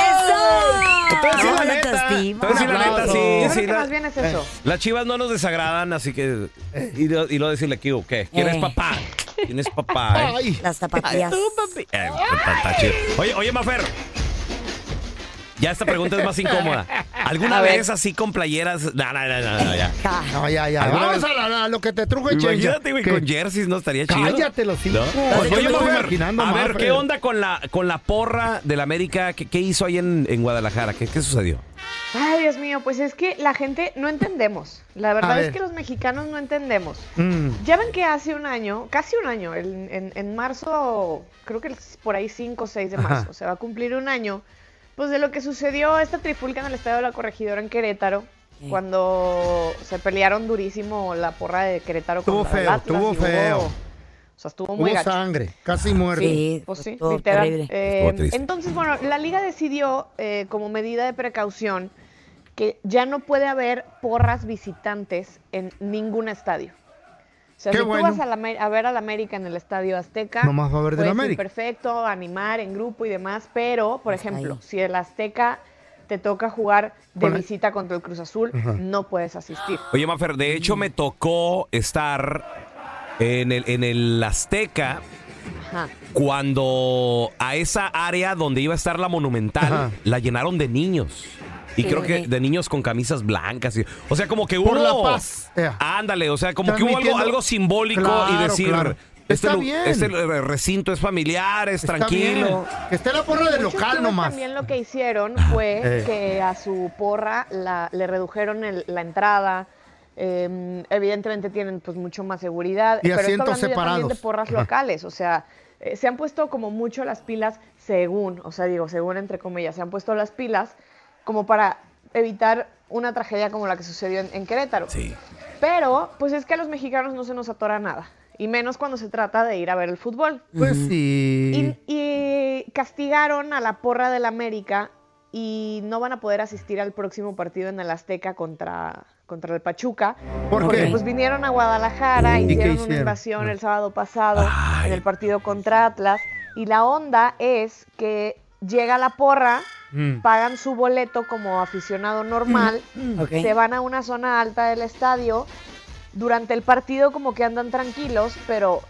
S4: ¡Eso!
S1: Entonces, sí,
S4: No, no
S1: la neta,
S4: te estimo.
S1: entonces, sí, la neta,
S3: aplauso.
S1: sí,
S3: Yo
S17: creo
S1: sí,
S17: que
S1: la- Eh,
S17: más bien es eso.
S1: Las chivas no nos desagradan, así que. eh, Y lo, y lo decirle aquí, ¿o qué? ¿Quién es
S4: Eh.
S1: papá? ¿Quién es papá? eh?
S3: Ay.
S4: Las zapatillas.
S1: Eh, está- está chido. Oye, oye, Mafer. Ya esta pregunta es más incómoda. ¿Alguna
S17: A ver.
S1: vez así con playeras? No, no, no, no, no, ya.
S4: Ja.
S3: Ah, No, ya, ya.
S1: ¿Alguna
S3: Vamos
S1: vez-
S3: a, la- a lo que te trujo el chencha.
S1: Pues Imagínate, güey,
S3: Que-
S1: con jerseys no estaría chido.
S3: Cállate los cinco.
S1: ¿No?
S3: Pues yo
S1: Oye,
S3: me estoy
S1: Mafer,
S3: imaginando,
S1: a ver,
S3: Mafer.
S1: ¿qué onda con la, con la porra del América? ¿Qué, qué hizo ahí en, en Guadalajara? ¿Qué, qué sucedió?
S17: Ay, Dios mío, pues es que la gente no entendemos. La verdad es
S3: ver.
S17: que los mexicanos no entendemos.
S3: Mm.
S17: Ya ven que hace un año, casi un año, en, en- en marzo, creo que el- por ahí 5 o 6 de
S3: Ajá.
S17: marzo, se va a cumplir un año, pues de lo que sucedió esta trifulca en el Estadio de la Corregidora en Querétaro,
S4: Sí.
S17: cuando se pelearon durísimo la porra de Querétaro
S3: Estuvo
S17: contra el
S3: feo,
S17: Atlas.
S3: estuvo
S17: y hubo-
S3: feo.
S17: O sea, estuvo muy
S3: Hubo
S17: gacho.
S3: sangre, casi muerto.
S4: Sí,
S17: Pues sí,
S4: todo
S17: literal.
S4: terrible.
S17: Eh,
S1: Estuvo triste.
S17: entonces, bueno, la liga decidió eh, como medida de precaución que ya no puede haber porras visitantes en ningún estadio. O sea,
S3: Qué
S17: si
S3: bueno.
S17: tú vas a, la Amé- a ver al América en el Estadio Azteca,
S3: Nomás va a ver del
S17: puedes ir
S3: América.
S17: perfecto, animar en grupo y demás, pero, por
S4: Hasta
S17: ejemplo,
S4: ahí.
S17: si el Azteca te toca jugar de
S3: Con la-
S17: visita contra el Cruz Azul, no puedes asistir.
S1: Oye, Mafer, de hecho me tocó estar en el, en el Azteca
S17: Ajá.
S1: cuando a esa área donde iba a estar la monumental
S3: Ajá.
S1: la llenaron de niños. Y
S4: Sí.
S1: creo que de niños con camisas blancas. y- o sea, como que hubo.
S3: Por la paz. Eh.
S1: Ándale, o sea, como que hubo algo,
S3: Transmitiendo-
S1: algo simbólico y
S3: Claro,
S1: decir.
S3: claro.
S1: Este,
S3: Está
S1: lu-
S3: bien.
S1: este re- recinto es familiar, es
S3: Está
S1: tranquilo.
S3: bien. Que esté la porra del
S17: Muchos
S3: local
S17: clubes
S3: nomás.
S17: También lo que hicieron fue
S3: Eh.
S17: que a su porra la- le redujeron el- la entrada. eh, evidentemente tienen pues mucho más seguridad.
S3: Y
S17: pero
S3: asientos
S17: esto hablando ya también de
S3: separados.
S17: porras
S3: Ajá.
S17: locales, o sea, eh, se han puesto como mucho las pilas según, o sea, digo, según entre comillas, se han puesto las pilas como para evitar una tragedia como la que sucedió en, en Querétaro.
S1: Sí.
S17: Pero, pues es que a los mexicanos no se nos atora nada, y menos cuando se trata de ir a ver el fútbol.
S3: Pues sí.
S17: Y, y castigaron a la porra del América y no van a poder asistir al próximo partido en el Azteca contra, contra el Pachuca.
S3: ¿Por
S17: Porque
S3: qué?
S17: pues vinieron a Guadalajara,
S3: ¿Y qué
S17: hicieron, una
S3: hicieron? Ah.
S17: invasión el sábado pasado en el partido contra Atlas. Y la onda es que llega la porra,
S3: Mm.
S17: pagan su boleto como aficionado normal,
S4: Ok.
S17: se van a una zona alta del estadio durante el partido como que andan tranquilos, pero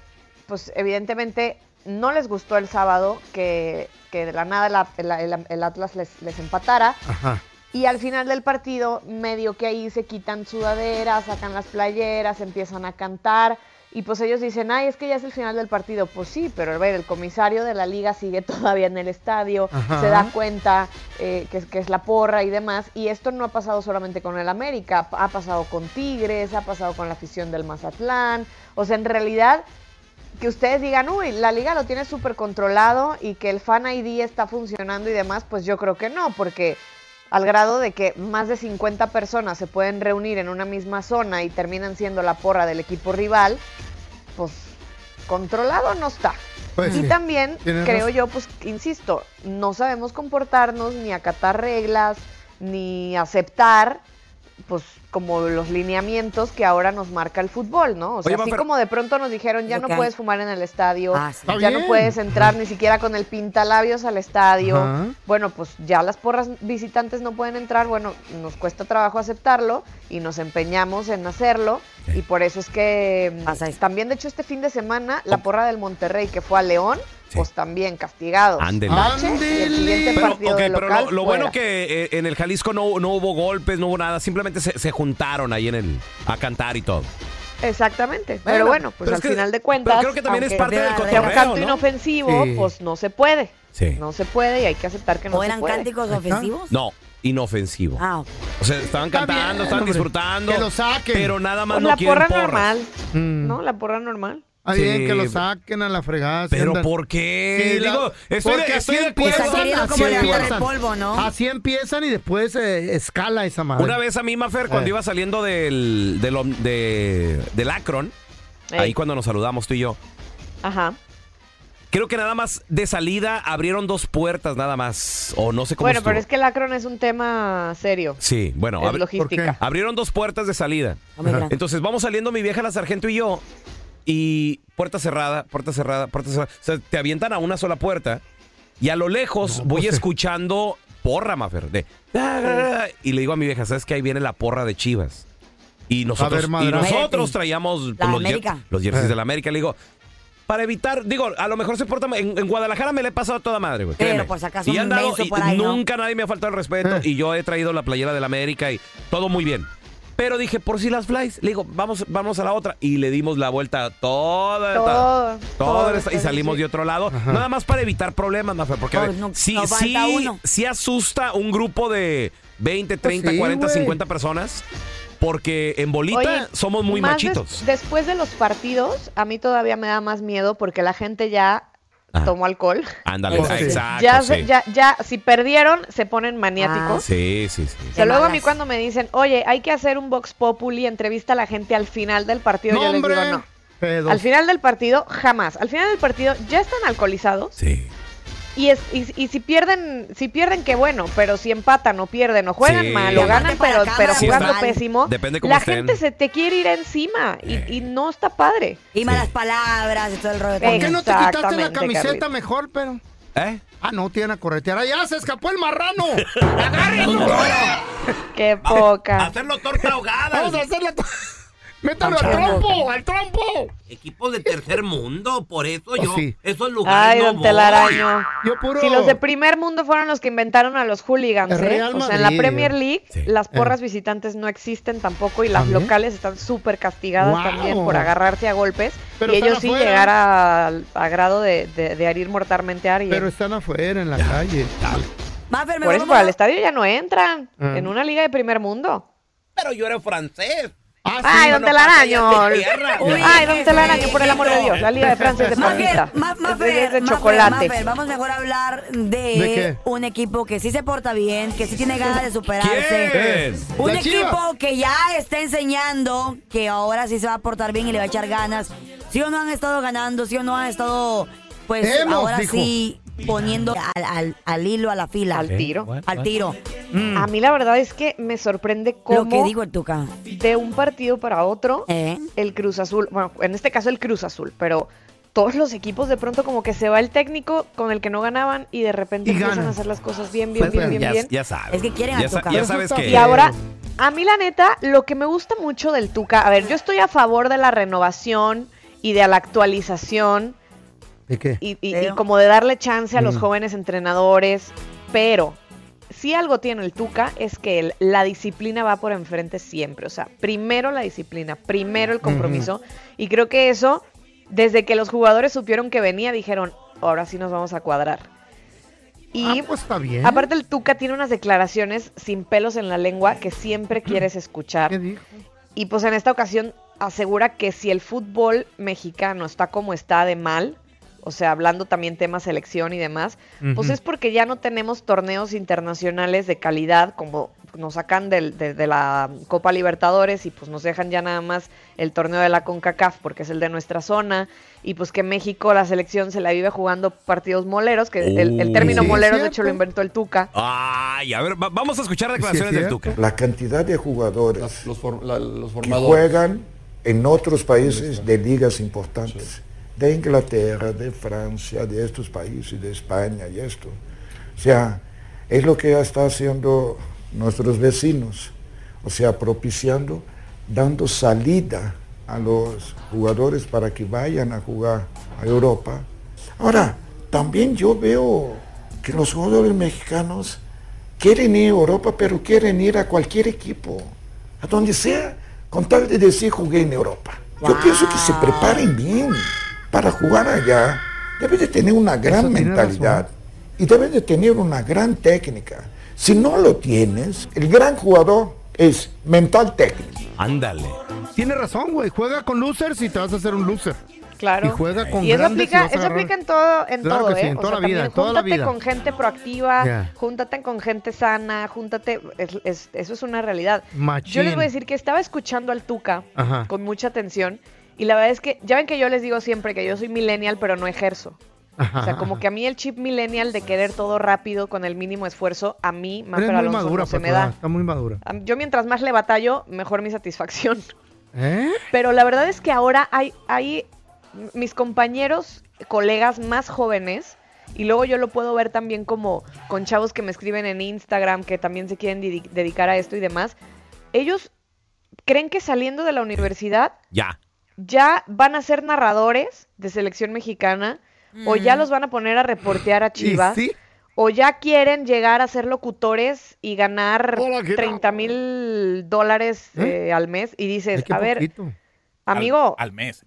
S17: pues evidentemente no les gustó el sábado que, que de la nada la- la- el, el Atlas les, les empatara.
S3: Ajá.
S17: Y al final del partido, medio que ahí se quitan sudaderas, sacan las playeras, empiezan a cantar. Y pues ellos dicen, ay, es que ya es el final del partido. Pues sí, pero a ver, el comisario de la liga sigue todavía en el estadio,
S19: Ajá.
S17: se da cuenta eh, que, es- que es la porra y demás. Y esto no ha pasado solamente con el América, ha pasado con Tigres, ha pasado con la afición del Mazatlán. O sea, en realidad que ustedes digan, uy, la liga lo tiene súper controlado y que el Fan ID está funcionando y demás, pues yo creo que no, porque al grado de que más de 50 personas se pueden reunir en una misma zona y terminan siendo la porra del equipo rival, pues controlado no está.
S3: Pues
S17: y
S3: sí,
S17: también,
S3: tienes
S17: creo
S3: razón.
S17: yo, pues, insisto, no sabemos comportarnos, ni acatar reglas, ni aceptar, pues, como los lineamientos que ahora nos marca el fútbol, ¿no? O sea,
S19: Oye,
S17: así
S19: Mafer-
S17: como de pronto nos dijeron, ya
S19: Lo
S17: no
S19: que hay.
S17: puedes fumar en el estadio,
S19: Ah, sí. Está
S17: ya
S19: bien.
S17: no puedes entrar ni siquiera con el pintalabios al estadio.
S19: Ajá.
S17: Bueno, pues ya las porras visitantes no pueden entrar, bueno, nos cuesta trabajo aceptarlo y nos empeñamos en hacerlo y por eso es que mm, también de hecho este fin de semana la porra del Monterrey que fue a León, pues también castigados.
S1: Ándele.
S17: Tache, y el siguiente
S1: Pero,
S17: partido
S1: ok,
S17: de
S1: pero
S17: local
S1: lo,
S17: fuera.
S1: lo bueno que eh, en el Jalisco no, no hubo golpes, no hubo nada, simplemente se, se juntaron ahí en el a cantar y todo.
S17: Exactamente.
S1: Bueno,
S17: pero bueno, pues
S1: pero es
S17: al
S1: que-
S17: final de cuentas.
S1: pero creo que también es
S17: aunque
S1: parte del
S17: sea un
S1: cotorreo,
S17: canto
S1: ¿no?
S17: inofensivo,
S1: Sí.
S17: pues no se puede.
S1: Sí.
S17: No se puede y hay que aceptar que no
S4: ¿O
S17: se
S4: eran
S17: puede.
S4: cánticos ofensivos?
S1: No, inofensivo.
S4: Ah, ok.
S1: O sea, estaban
S17: Está
S1: cantando,
S17: bien,
S1: estaban
S17: hombre.
S1: disfrutando.
S17: Que lo saquen.
S1: Pero nada más
S17: Pues
S1: no
S17: la
S1: quieren
S17: porra
S1: porras.
S17: normal,
S3: Mm.
S1: Mm.
S17: ¿no? La porra normal.
S3: Está bien,
S1: Sí.
S3: que lo saquen a la fregada. si
S1: Pero
S3: andan-
S1: ¿por qué?
S3: Sí, la-
S1: Digo, estoy de- estoy
S3: porque así
S1: de acuerdo. Pues
S3: empiezan,
S1: han querido
S3: así
S1: como levantar el
S3: empiezan.
S1: polvo, ¿no?
S3: Así empiezan y después eh, escala esa madre.
S1: Una vez a mí, Mafer, cuando
S3: Eh.
S1: iba saliendo del, del, om- de- del Akron,
S17: Ey.
S1: ahí cuando nos saludamos tú y yo,
S17: Eh. Ajá.
S1: creo que nada más de salida abrieron dos puertas nada más, o no sé cómo
S17: Bueno, pero
S1: estuvo.
S17: es que el Akron es un tema serio.
S1: Sí, bueno,
S17: Es
S1: abri-
S17: logística. ¿Por qué?
S1: abrieron dos puertas de salida.
S17: Ah, muy grande.
S1: Entonces vamos saliendo mi vieja la sargento y yo y puerta cerrada, puerta cerrada, puerta cerrada. O sea, te avientan a una sola puerta y a lo lejos voy
S17: pues, eh.
S1: escuchando porra, Mafer, de- "Ah, y le digo a mi vieja, ¿sabes que ahí viene la porra de Chivas? Y nosotros,
S3: ver,
S1: y
S3: madre.
S1: nosotros traíamos
S3: La
S1: los, jer-
S3: América.
S1: los
S17: Eh.
S1: jerseys de la América. Le digo, para evitar, digo, a lo mejor se porta ma- en, en Guadalajara me le he pasado a toda madre, güey.
S4: Pero
S1: créeme.
S4: por si acaso
S1: y
S4: un
S1: han dado,
S4: menso
S1: y
S4: por ahí, ¿no?
S1: nunca nadie me ha faltado el respeto
S17: Eh.
S1: y yo he traído la playera del América y todo muy bien. Pero dije, por si las flies, le digo, vamos, vamos a la otra. Y le dimos la vuelta a toda,
S17: Todo,
S1: toda
S17: todo
S1: esta-
S17: está
S1: y salimos de otro lado. Nada más para evitar problemas, Mafer, porque a
S4: Por
S1: ver,
S4: no-
S1: sí,
S4: no
S1: sí,
S4: falta uno.
S1: sí asusta un grupo de 20, 30,
S17: Pues sí,
S1: 40,
S17: güey.
S1: 50 personas, porque en bolita
S17: Oye,
S1: somos muy
S17: más des-
S1: machitos.
S17: después de los partidos, a mí todavía me da más miedo porque la gente ya
S1: Ajá.
S17: tomó alcohol.
S1: Ándale,
S17: Pues
S1: ah,
S17: sí.
S1: exacto.
S17: ya,
S1: Ah. sí.
S17: se- ya, ya, si perdieron, se
S4: Ah,
S17: ponen
S3: Ah,
S17: maniáticos.
S1: Sí, sí, sí.
S17: O sea, luego a mí cuando me dicen, oye, hay que hacer un Vox Populi, entrevista a la gente al final del partido, yo les digo no.
S3: Pedos.
S17: Al final del partido, jamás. Al final del partido ya están alcoholizados.
S1: Sí.
S17: Y, es, y, y si pierden, si pierden, qué bueno, pero si empatan o pierden o juegan
S1: Sí.
S17: mal o
S1: Y
S17: ganan,
S1: aparte para
S17: pero,
S1: la
S17: pero
S1: cámara, Sí
S17: jugando
S1: está-
S17: pésimo,
S1: depende cómo
S17: la
S1: estén. Eh.
S17: gente se te quiere ir encima y, y no está padre.
S4: Y malas palabras y todo el rollo.
S3: ¿Por qué no te quitaste la
S17: Exactamente,
S3: camiseta
S17: Carlita.
S3: mejor, pero?
S1: ¿Eh?
S3: Ah, no, tienen a corretear. ¡Ah, ya se escapó el marrano!
S17: ¡Qué poca!
S1: Hacerlo torta ahogada.
S3: Vamos a hacerla. to- ¡Métalo al
S1: Tampoco.
S3: trompo! ¡Al trompo!
S1: Equipos de tercer mundo, por eso
S3: yo- Oh, Sí.
S1: Esos
S17: Ay, don Telaraño.
S3: Yo puro-
S17: Si los de primer mundo fueron los que inventaron a los hooligans,
S3: El
S17: ¿eh?
S3: Real
S17: O sea, en la
S3: Madrid.
S17: Premier League las porras
S3: Eh.
S17: visitantes no existen tampoco y las
S3: ¿También?
S17: locales están súper castigadas
S3: Guau.
S17: también por agarrarse a golpes
S3: Pero
S17: y
S3: están
S17: ellos sí
S3: afuera.
S17: llegar a, a grado de, de- de herir mortalmente a alguien.
S3: Pero están afuera, en la calle.
S4: Mafer,
S17: por eso,
S3: vamos
S17: para el estadio ya no entran.
S3: Ah.
S17: En una liga de primer mundo.
S1: Pero yo era francés.
S3: Ah,
S17: Ay, don Telaraño.
S4: Uy,
S17: Ay, don Telaraño, por el amor de Dios. La liga de Francia es de
S4: Más bien,
S17: palmita.
S4: ma-
S17: Es de- es de
S4: Mafer,
S17: chocolate.
S4: Mafer, vamos mejor a hablar de,
S17: ¿De qué?
S4: un equipo que sí se porta bien, que sí tiene ganas de superarse.
S1: ¿Quién?
S4: Un
S1: ¿La
S4: equipo
S1: Chivas?
S4: que ya está enseñando que ahora sí se va a portar bien y le va a echar ganas. Sí o no han estado ganando, sí o no han estado, pues
S19: Hemos,
S4: ahora
S19: dijo.
S4: sí poniendo al, al- al hilo, a la fila.
S17: Al tiro. What?
S4: Al tiro.
S17: A mí la verdad es que me sorprende cómo
S4: Lo que digo el Tuca.
S17: de un partido para otro, el Cruz Azul, bueno, en este caso el Cruz Azul, pero todos los equipos de pronto como que se va el técnico con el que no ganaban y de repente
S1: Y
S17: empiezan
S1: ganan.
S17: a hacer las cosas bien, bien,
S1: Pues,
S17: bien, bien,
S1: ya,
S17: bien.
S1: ya sabes. ya, sa-
S17: a
S1: ya sabes que
S17: Y ahora A mí la neta, lo que me gusta mucho del Tuca, a ver, yo estoy a favor de la renovación y de la actualización
S3: ¿De qué?
S17: y, y- y como de darle chance a los
S3: Mm.
S17: jóvenes entrenadores, pero si algo tiene el Tuca es que él- la disciplina va por enfrente siempre, o sea, primero la disciplina, primero el compromiso, y creo que eso, desde que los jugadores supieron que venía, dijeron, ahora sí nos vamos a cuadrar. Y
S3: Ah, pues Está bien.
S17: Aparte el Tuca tiene unas declaraciones sin pelos en la lengua que siempre quieres escuchar. Y pues en esta ocasión asegura que si el fútbol mexicano está como está de mal, o sea, hablando también tema selección y demás, pues
S19: Ujú.
S17: es porque ya no tenemos torneos internacionales de calidad como nos sacan del- de, de la Copa Libertadores y pues nos dejan ya nada más el torneo de la CONCACAF porque es el de nuestra zona y pues que México, la selección se la vive jugando partidos moleros, que el, el
S18: Oh.
S17: término
S18: Sí, es
S17: moleros de
S18: cierto.
S17: hecho lo inventó el Tuca.
S13: Ay, a ver, va- vamos a escuchar declaraciones del Tuca.
S18: La cantidad de jugadores que
S13: formadores.
S18: juegan en otros países de ligas importantes, de Inglaterra, de Francia, de estos países, de España y esto. O sea, es lo que ya está haciendo nuestros vecinos, o sea, propiciando, dando salida a los jugadores para que vayan a jugar a Europa. Ahora, también yo veo que los jugadores mexicanos quieren ir a Europa, pero quieren ir a cualquier equipo, a donde sea, con tal de decir jugué en Europa. Yo pienso que se preparen bien para jugar allá. Deben de tener una gran mentalidad y deben de tener una gran técnica. Si no lo tienes, el gran jugador es mental técnico.
S13: Ándale.
S3: Tiene razón, güey. Juega con losers y te vas a hacer un loser.
S17: Claro.
S3: Y juega con
S17: Y eso
S3: grandes y
S17: aplica,
S3: vas a
S17: eso
S3: agarrar-
S17: aplica en todo, en
S3: Claro
S17: todo,
S3: que sí,
S17: ¿eh?
S3: en
S17: O
S3: toda
S17: sea,
S3: la vida,
S17: también
S3: en toda la
S17: júntate
S3: vida.
S17: con gente proactiva,
S3: Ya.
S17: júntate con gente sana, júntate, es- es- eso es una realidad. Yo les
S3: Machín.
S17: voy a decir que estaba escuchando al Tuca
S3: Ajá.
S17: con mucha atención y la verdad es que, ya ven que yo les digo siempre que yo soy millennial pero no ejerzo. O sea, como que a mí el chip millennial de querer todo rápido con el mínimo esfuerzo, a mí, más
S3: Eres
S17: pero
S3: muy
S17: Alonso,
S3: madura, pues,
S17: no se
S3: para
S17: me
S3: tu edad,
S17: da. Ah.
S3: Está muy madura.
S17: A- Yo mientras más le batallo, mejor mi satisfacción.
S3: ¿Eh?
S17: Pero la verdad es que ahora hay, hay mis compañeros, colegas más jóvenes, y luego yo lo puedo ver también como con chavos que me escriben en Instagram, que también se quieren dedi- dedicar a esto y demás. Ellos creen que saliendo de la universidad
S13: Ya.
S17: ya van a ser narradores de selección mexicana, o ya los van a poner a reportear a Chivas.
S3: sí?
S17: O ya quieren llegar a ser locutores y ganar 30 mil dólares
S3: ¿Eh?
S17: eh, al mes. Y dices,
S3: Es que
S17: a ver,
S3: poquito.
S17: amigo,
S13: Al mes.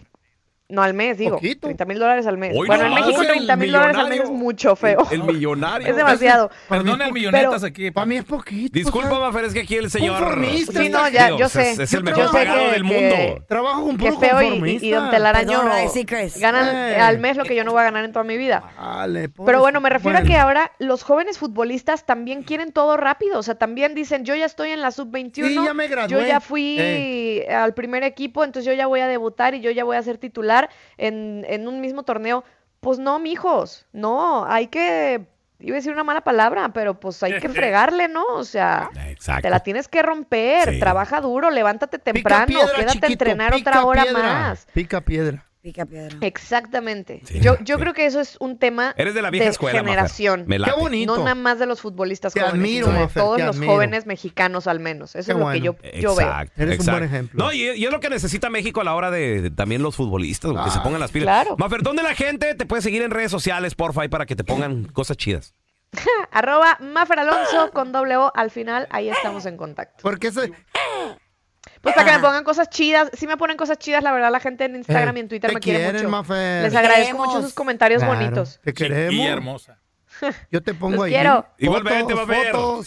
S17: no, al mes, digo. 30 mil dólares al mes.
S13: Hoy
S17: bueno, en
S13: nomás,
S17: México
S13: el
S17: 30 mil dólares al mes es mucho feo.
S13: El millonario.
S17: Es demasiado.
S13: Perdón, el millonetas aquí.
S3: Para mí es poquito.
S13: Disculpa, Mafer, es que aquí el señor.
S3: formista,
S17: Sí, no, ya, yo
S13: O sea,
S17: sé.
S13: Es, es
S17: Yo
S13: el mejor
S17: sé
S13: pagado
S17: que-
S13: del
S17: eh, que-
S13: mundo.
S3: Trabajo con
S17: Qué
S3: puro
S17: feo y- y,
S3: conformista.
S17: Don Telaraño
S3: Perdón, ahí sí crees.
S17: ganan
S3: Eh.
S17: al mes lo que yo no voy a ganar en toda mi vida.
S3: Dale, pues.
S17: Pero bueno, me refiero
S3: Bueno.
S17: a que ahora los jóvenes futbolistas también quieren todo rápido. O sea, también dicen, yo ya estoy en la sub-21.
S3: Sí, ya me gradué. Eh.
S17: Yo ya fui al primer equipo, entonces yo ya voy a debutar y yo ya voy a ser titular en, en un mismo torneo. Pues no, mijos. No, hay que. Iba a decir una mala palabra, pero pues hay que fregarle, ¿no? O sea, te la tienes que romper. Trabaja duro, levántate temprano,
S3: piedra,
S17: quédate
S3: chiquito,
S17: a entrenar
S3: pica
S17: otra hora
S3: piedra,
S17: más.
S3: Pica piedra.
S4: Pica piedra.
S17: Exactamente. yo yo creo que eso es un tema
S3: Eres de la vieja escuela, Mafer.
S17: generación.
S3: Me late. Qué bonito.
S17: No nada más de los futbolistas
S3: Te
S17: jóvenes,
S3: admiro,
S17: sino de
S3: Mafer,
S17: todos
S3: te
S17: los
S3: admiro.
S17: jóvenes mexicanos al menos. Eso
S3: Qué
S17: es lo que yo,
S3: bueno.
S17: yo veo.
S13: Exacto,
S3: Eres un buen
S13: exacto.
S3: ejemplo.
S13: No, y, y es lo que necesita México a la hora de, de también los futbolistas, güey, que
S3: Ah,
S13: se pongan las pilas.
S17: claro.
S13: Mafer, ¿dónde la gente te puede seguir en redes sociales, porfa, ahí para que te pongan cosas chidas?
S17: Arroba Mafer Alonso con doble O al final, ahí estamos en contacto.
S3: ¿Por qué se...?
S17: Pues para que me pongan cosas chidas. Si me ponen cosas chidas, la verdad, la gente en Instagram
S3: Ah. Eh,
S17: y en Twitter
S3: te
S17: me quiere
S3: quieren,
S17: mucho.
S3: Mafer.
S17: Les
S3: Te
S17: agradezco
S3: queremos.
S17: mucho sus comentarios
S3: Claro,
S17: bonitos.
S3: Te queremos.
S18: Chiquilla
S13: hermosa.
S3: Yo te pongo
S17: Los
S3: ahí.
S17: quiero.
S13: Igualmente,
S3: fotos,
S13: Mafer.
S3: fotos.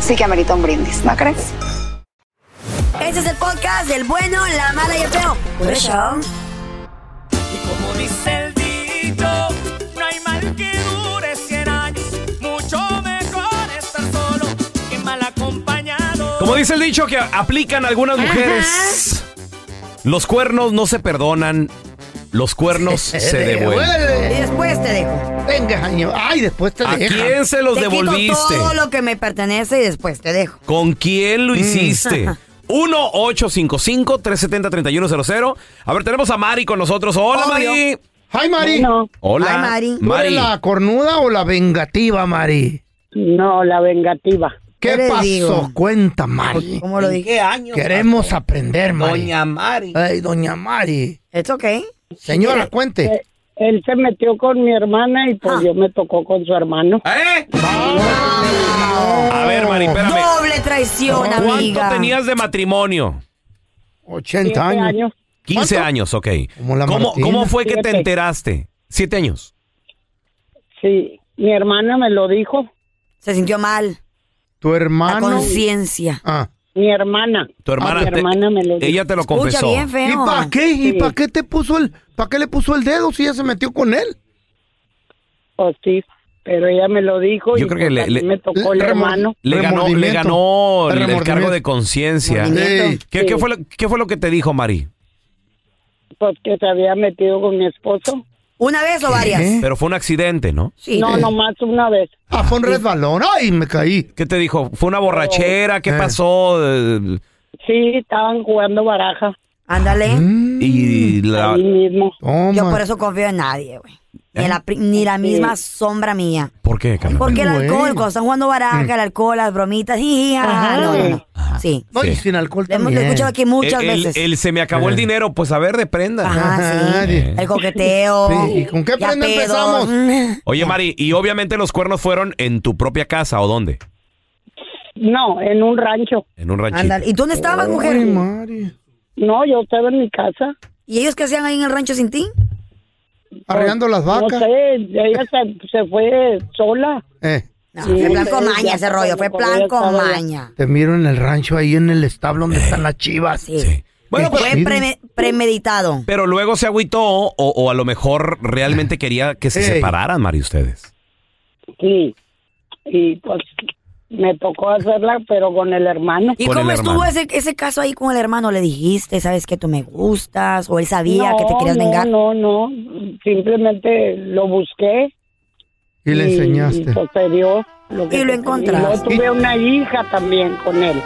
S6: sí que amerita un brindis, ¿no crees?
S4: Este es el podcast del bueno, la mala y el feo. Por eso.
S6: Como dice el dicho, no hay mal que dure 100 años. Mucho mejor estar solo que mal acompañado.
S1: Como dice el dicho que aplican algunas mujeres, los cuernos no se perdonan, los cuernos se devuelven.
S4: Y después te dejo.
S3: Venga, año. Ay, después te
S1: ¿A deja. quién se los
S4: Te quito
S1: devolviste?
S4: todo lo que me pertenece y después te dejo.
S1: ¿Con quién
S3: Mm.
S1: lo hiciste? 1-855-370-3100. A ver, tenemos a Mari con nosotros. Hola, Mari.
S3: ¡Hi, Mari!
S1: Hola. Hi, Mari.
S3: ¿Tú eres
S1: Mari.
S3: la cornuda o la vengativa, Mari? No, la vengativa. ¿Qué
S5: ¿Qué le
S3: pasó?
S5: digo?
S3: Cuenta, Mari.
S5: ¿Cómo lo ¿En dije? qué año
S3: Queremos aprender, Mari.
S5: Doña Mari.
S3: Ay, doña Mari.
S4: ¿Es ok?
S3: Señora,
S5: Eh,
S3: cuente.
S5: eh,
S3: él se metió con mi hermana y pues yo me tocó con su hermano.
S1: ¿Eh? A ver, Mari, espérame.
S4: Doble traición,
S1: ¿Cuánto
S4: amiga.
S1: tenías de matrimonio?
S3: 80 años. años.
S1: 15 años, ok. ¿Cómo,
S3: Martina.
S1: cómo fue que te
S3: Siete.
S1: enteraste? ¿Siete años?
S3: Sí, mi hermana me lo dijo.
S4: Se sintió mal.
S3: ¿Tu
S4: La
S3: hermano?
S4: conciencia.
S3: Ah.
S19: Mi hermana.
S1: Tu hermana,
S19: mi
S1: te-
S19: hermana me lo
S1: ella te lo
S4: Escucha
S1: confesó.
S4: bien, feo.
S3: ¿Y para qué? ¿Y para qué te puso el, para qué le puso el dedo si ella se metió con él?
S19: Pues sí, pero ella me lo dijo
S1: Yo
S19: y
S1: creo que
S19: pues
S1: le-
S19: a mí
S1: le-
S19: me tocó el
S1: le-
S19: hermano.
S1: Le ganó, le
S19: Remordimiento.
S1: ganó el- el
S19: Remordimiento.
S1: cargo de conciencia.
S19: Remordimiento.
S1: ¿Qué,
S19: Sí.
S1: qué fue lo, ¿Qué fue lo que te dijo, Mari?
S19: Pues que se había metido con mi esposo.
S4: ¿Una vez o varias?
S1: Pero fue un accidente, ¿no?
S19: No, nomás una vez.
S3: Ah, ¿Eh? fue un resbalón. Ay, me caí.
S1: ¿Qué te dijo? ¿Fue una borrachera? ¿Qué pasó? Eh,
S19: Sí, estaban jugando baraja.
S4: Ándale.
S1: Y la...
S19: mismo.
S4: Yo por eso confío en nadie, güey. Ni, la, pri- ni la misma sombra mía.
S1: ¿Por qué, Carmen?
S4: Porque el
S3: güey.
S4: alcohol, cuando están jugando baraja,
S3: Mm.
S4: el alcohol, las bromitas, jiji, ajá,
S3: Ajá.
S4: no, no, no. Sí.
S3: No,
S1: Sí.
S3: y sin alcohol
S4: Lo hemos
S3: también. Eh.
S4: escuchado aquí muchas
S1: el, el-
S4: veces.
S1: el se me acabó el dinero, pues a ver, de prenda.
S4: Ajá, sí.
S1: Eh.
S4: El coqueteo.
S3: Sí, ¿y con qué
S4: ya
S3: prenda
S4: pedos.
S3: empezamos?
S4: Mm.
S1: Oye, Mari, y obviamente los cuernos fueron en tu propia casa o dónde?
S19: No, en un rancho.
S1: En un ranchito.
S4: Ándale. ¿Y tú dónde estabas, mujer?
S19: No, yo estaba en mi casa.
S4: ¿Y ellos qué hacían ahí en el rancho sin ti?
S3: Arreando las
S19: No
S3: vacas.
S19: sé, ella se, se fue sola.
S3: Eh,
S4: No,
S19: Sí,
S4: fue plan con
S19: sí,
S4: maña
S19: ya
S4: ese rollo, fue
S19: cuando
S4: plan
S19: ella
S4: con
S19: estaba-
S4: maña.
S3: te miro en el rancho ahí en el establo donde están las chivas.
S4: Sí.
S1: Bueno,
S4: fue
S1: pero,
S4: pues, preme- premeditado.
S1: pero luego se agüitó o, o a lo mejor realmente quería que se
S19: Ey.
S1: separaran, Mari, ustedes.
S19: Sí. Y pues me tocó hacerla, pero con el hermano.
S4: ¿Y cómo estuvo ese, ese caso ahí con el hermano? ¿Le dijiste, sabes que tú me gustas? ¿O él sabía que te querías
S19: no,
S4: vengar?
S19: No, no, simplemente lo busqué.
S3: Y le enseñaste.
S19: pues, se dio lo que
S4: Y lo
S19: se-
S4: encontraste.
S19: y luego tuve una hija también con él.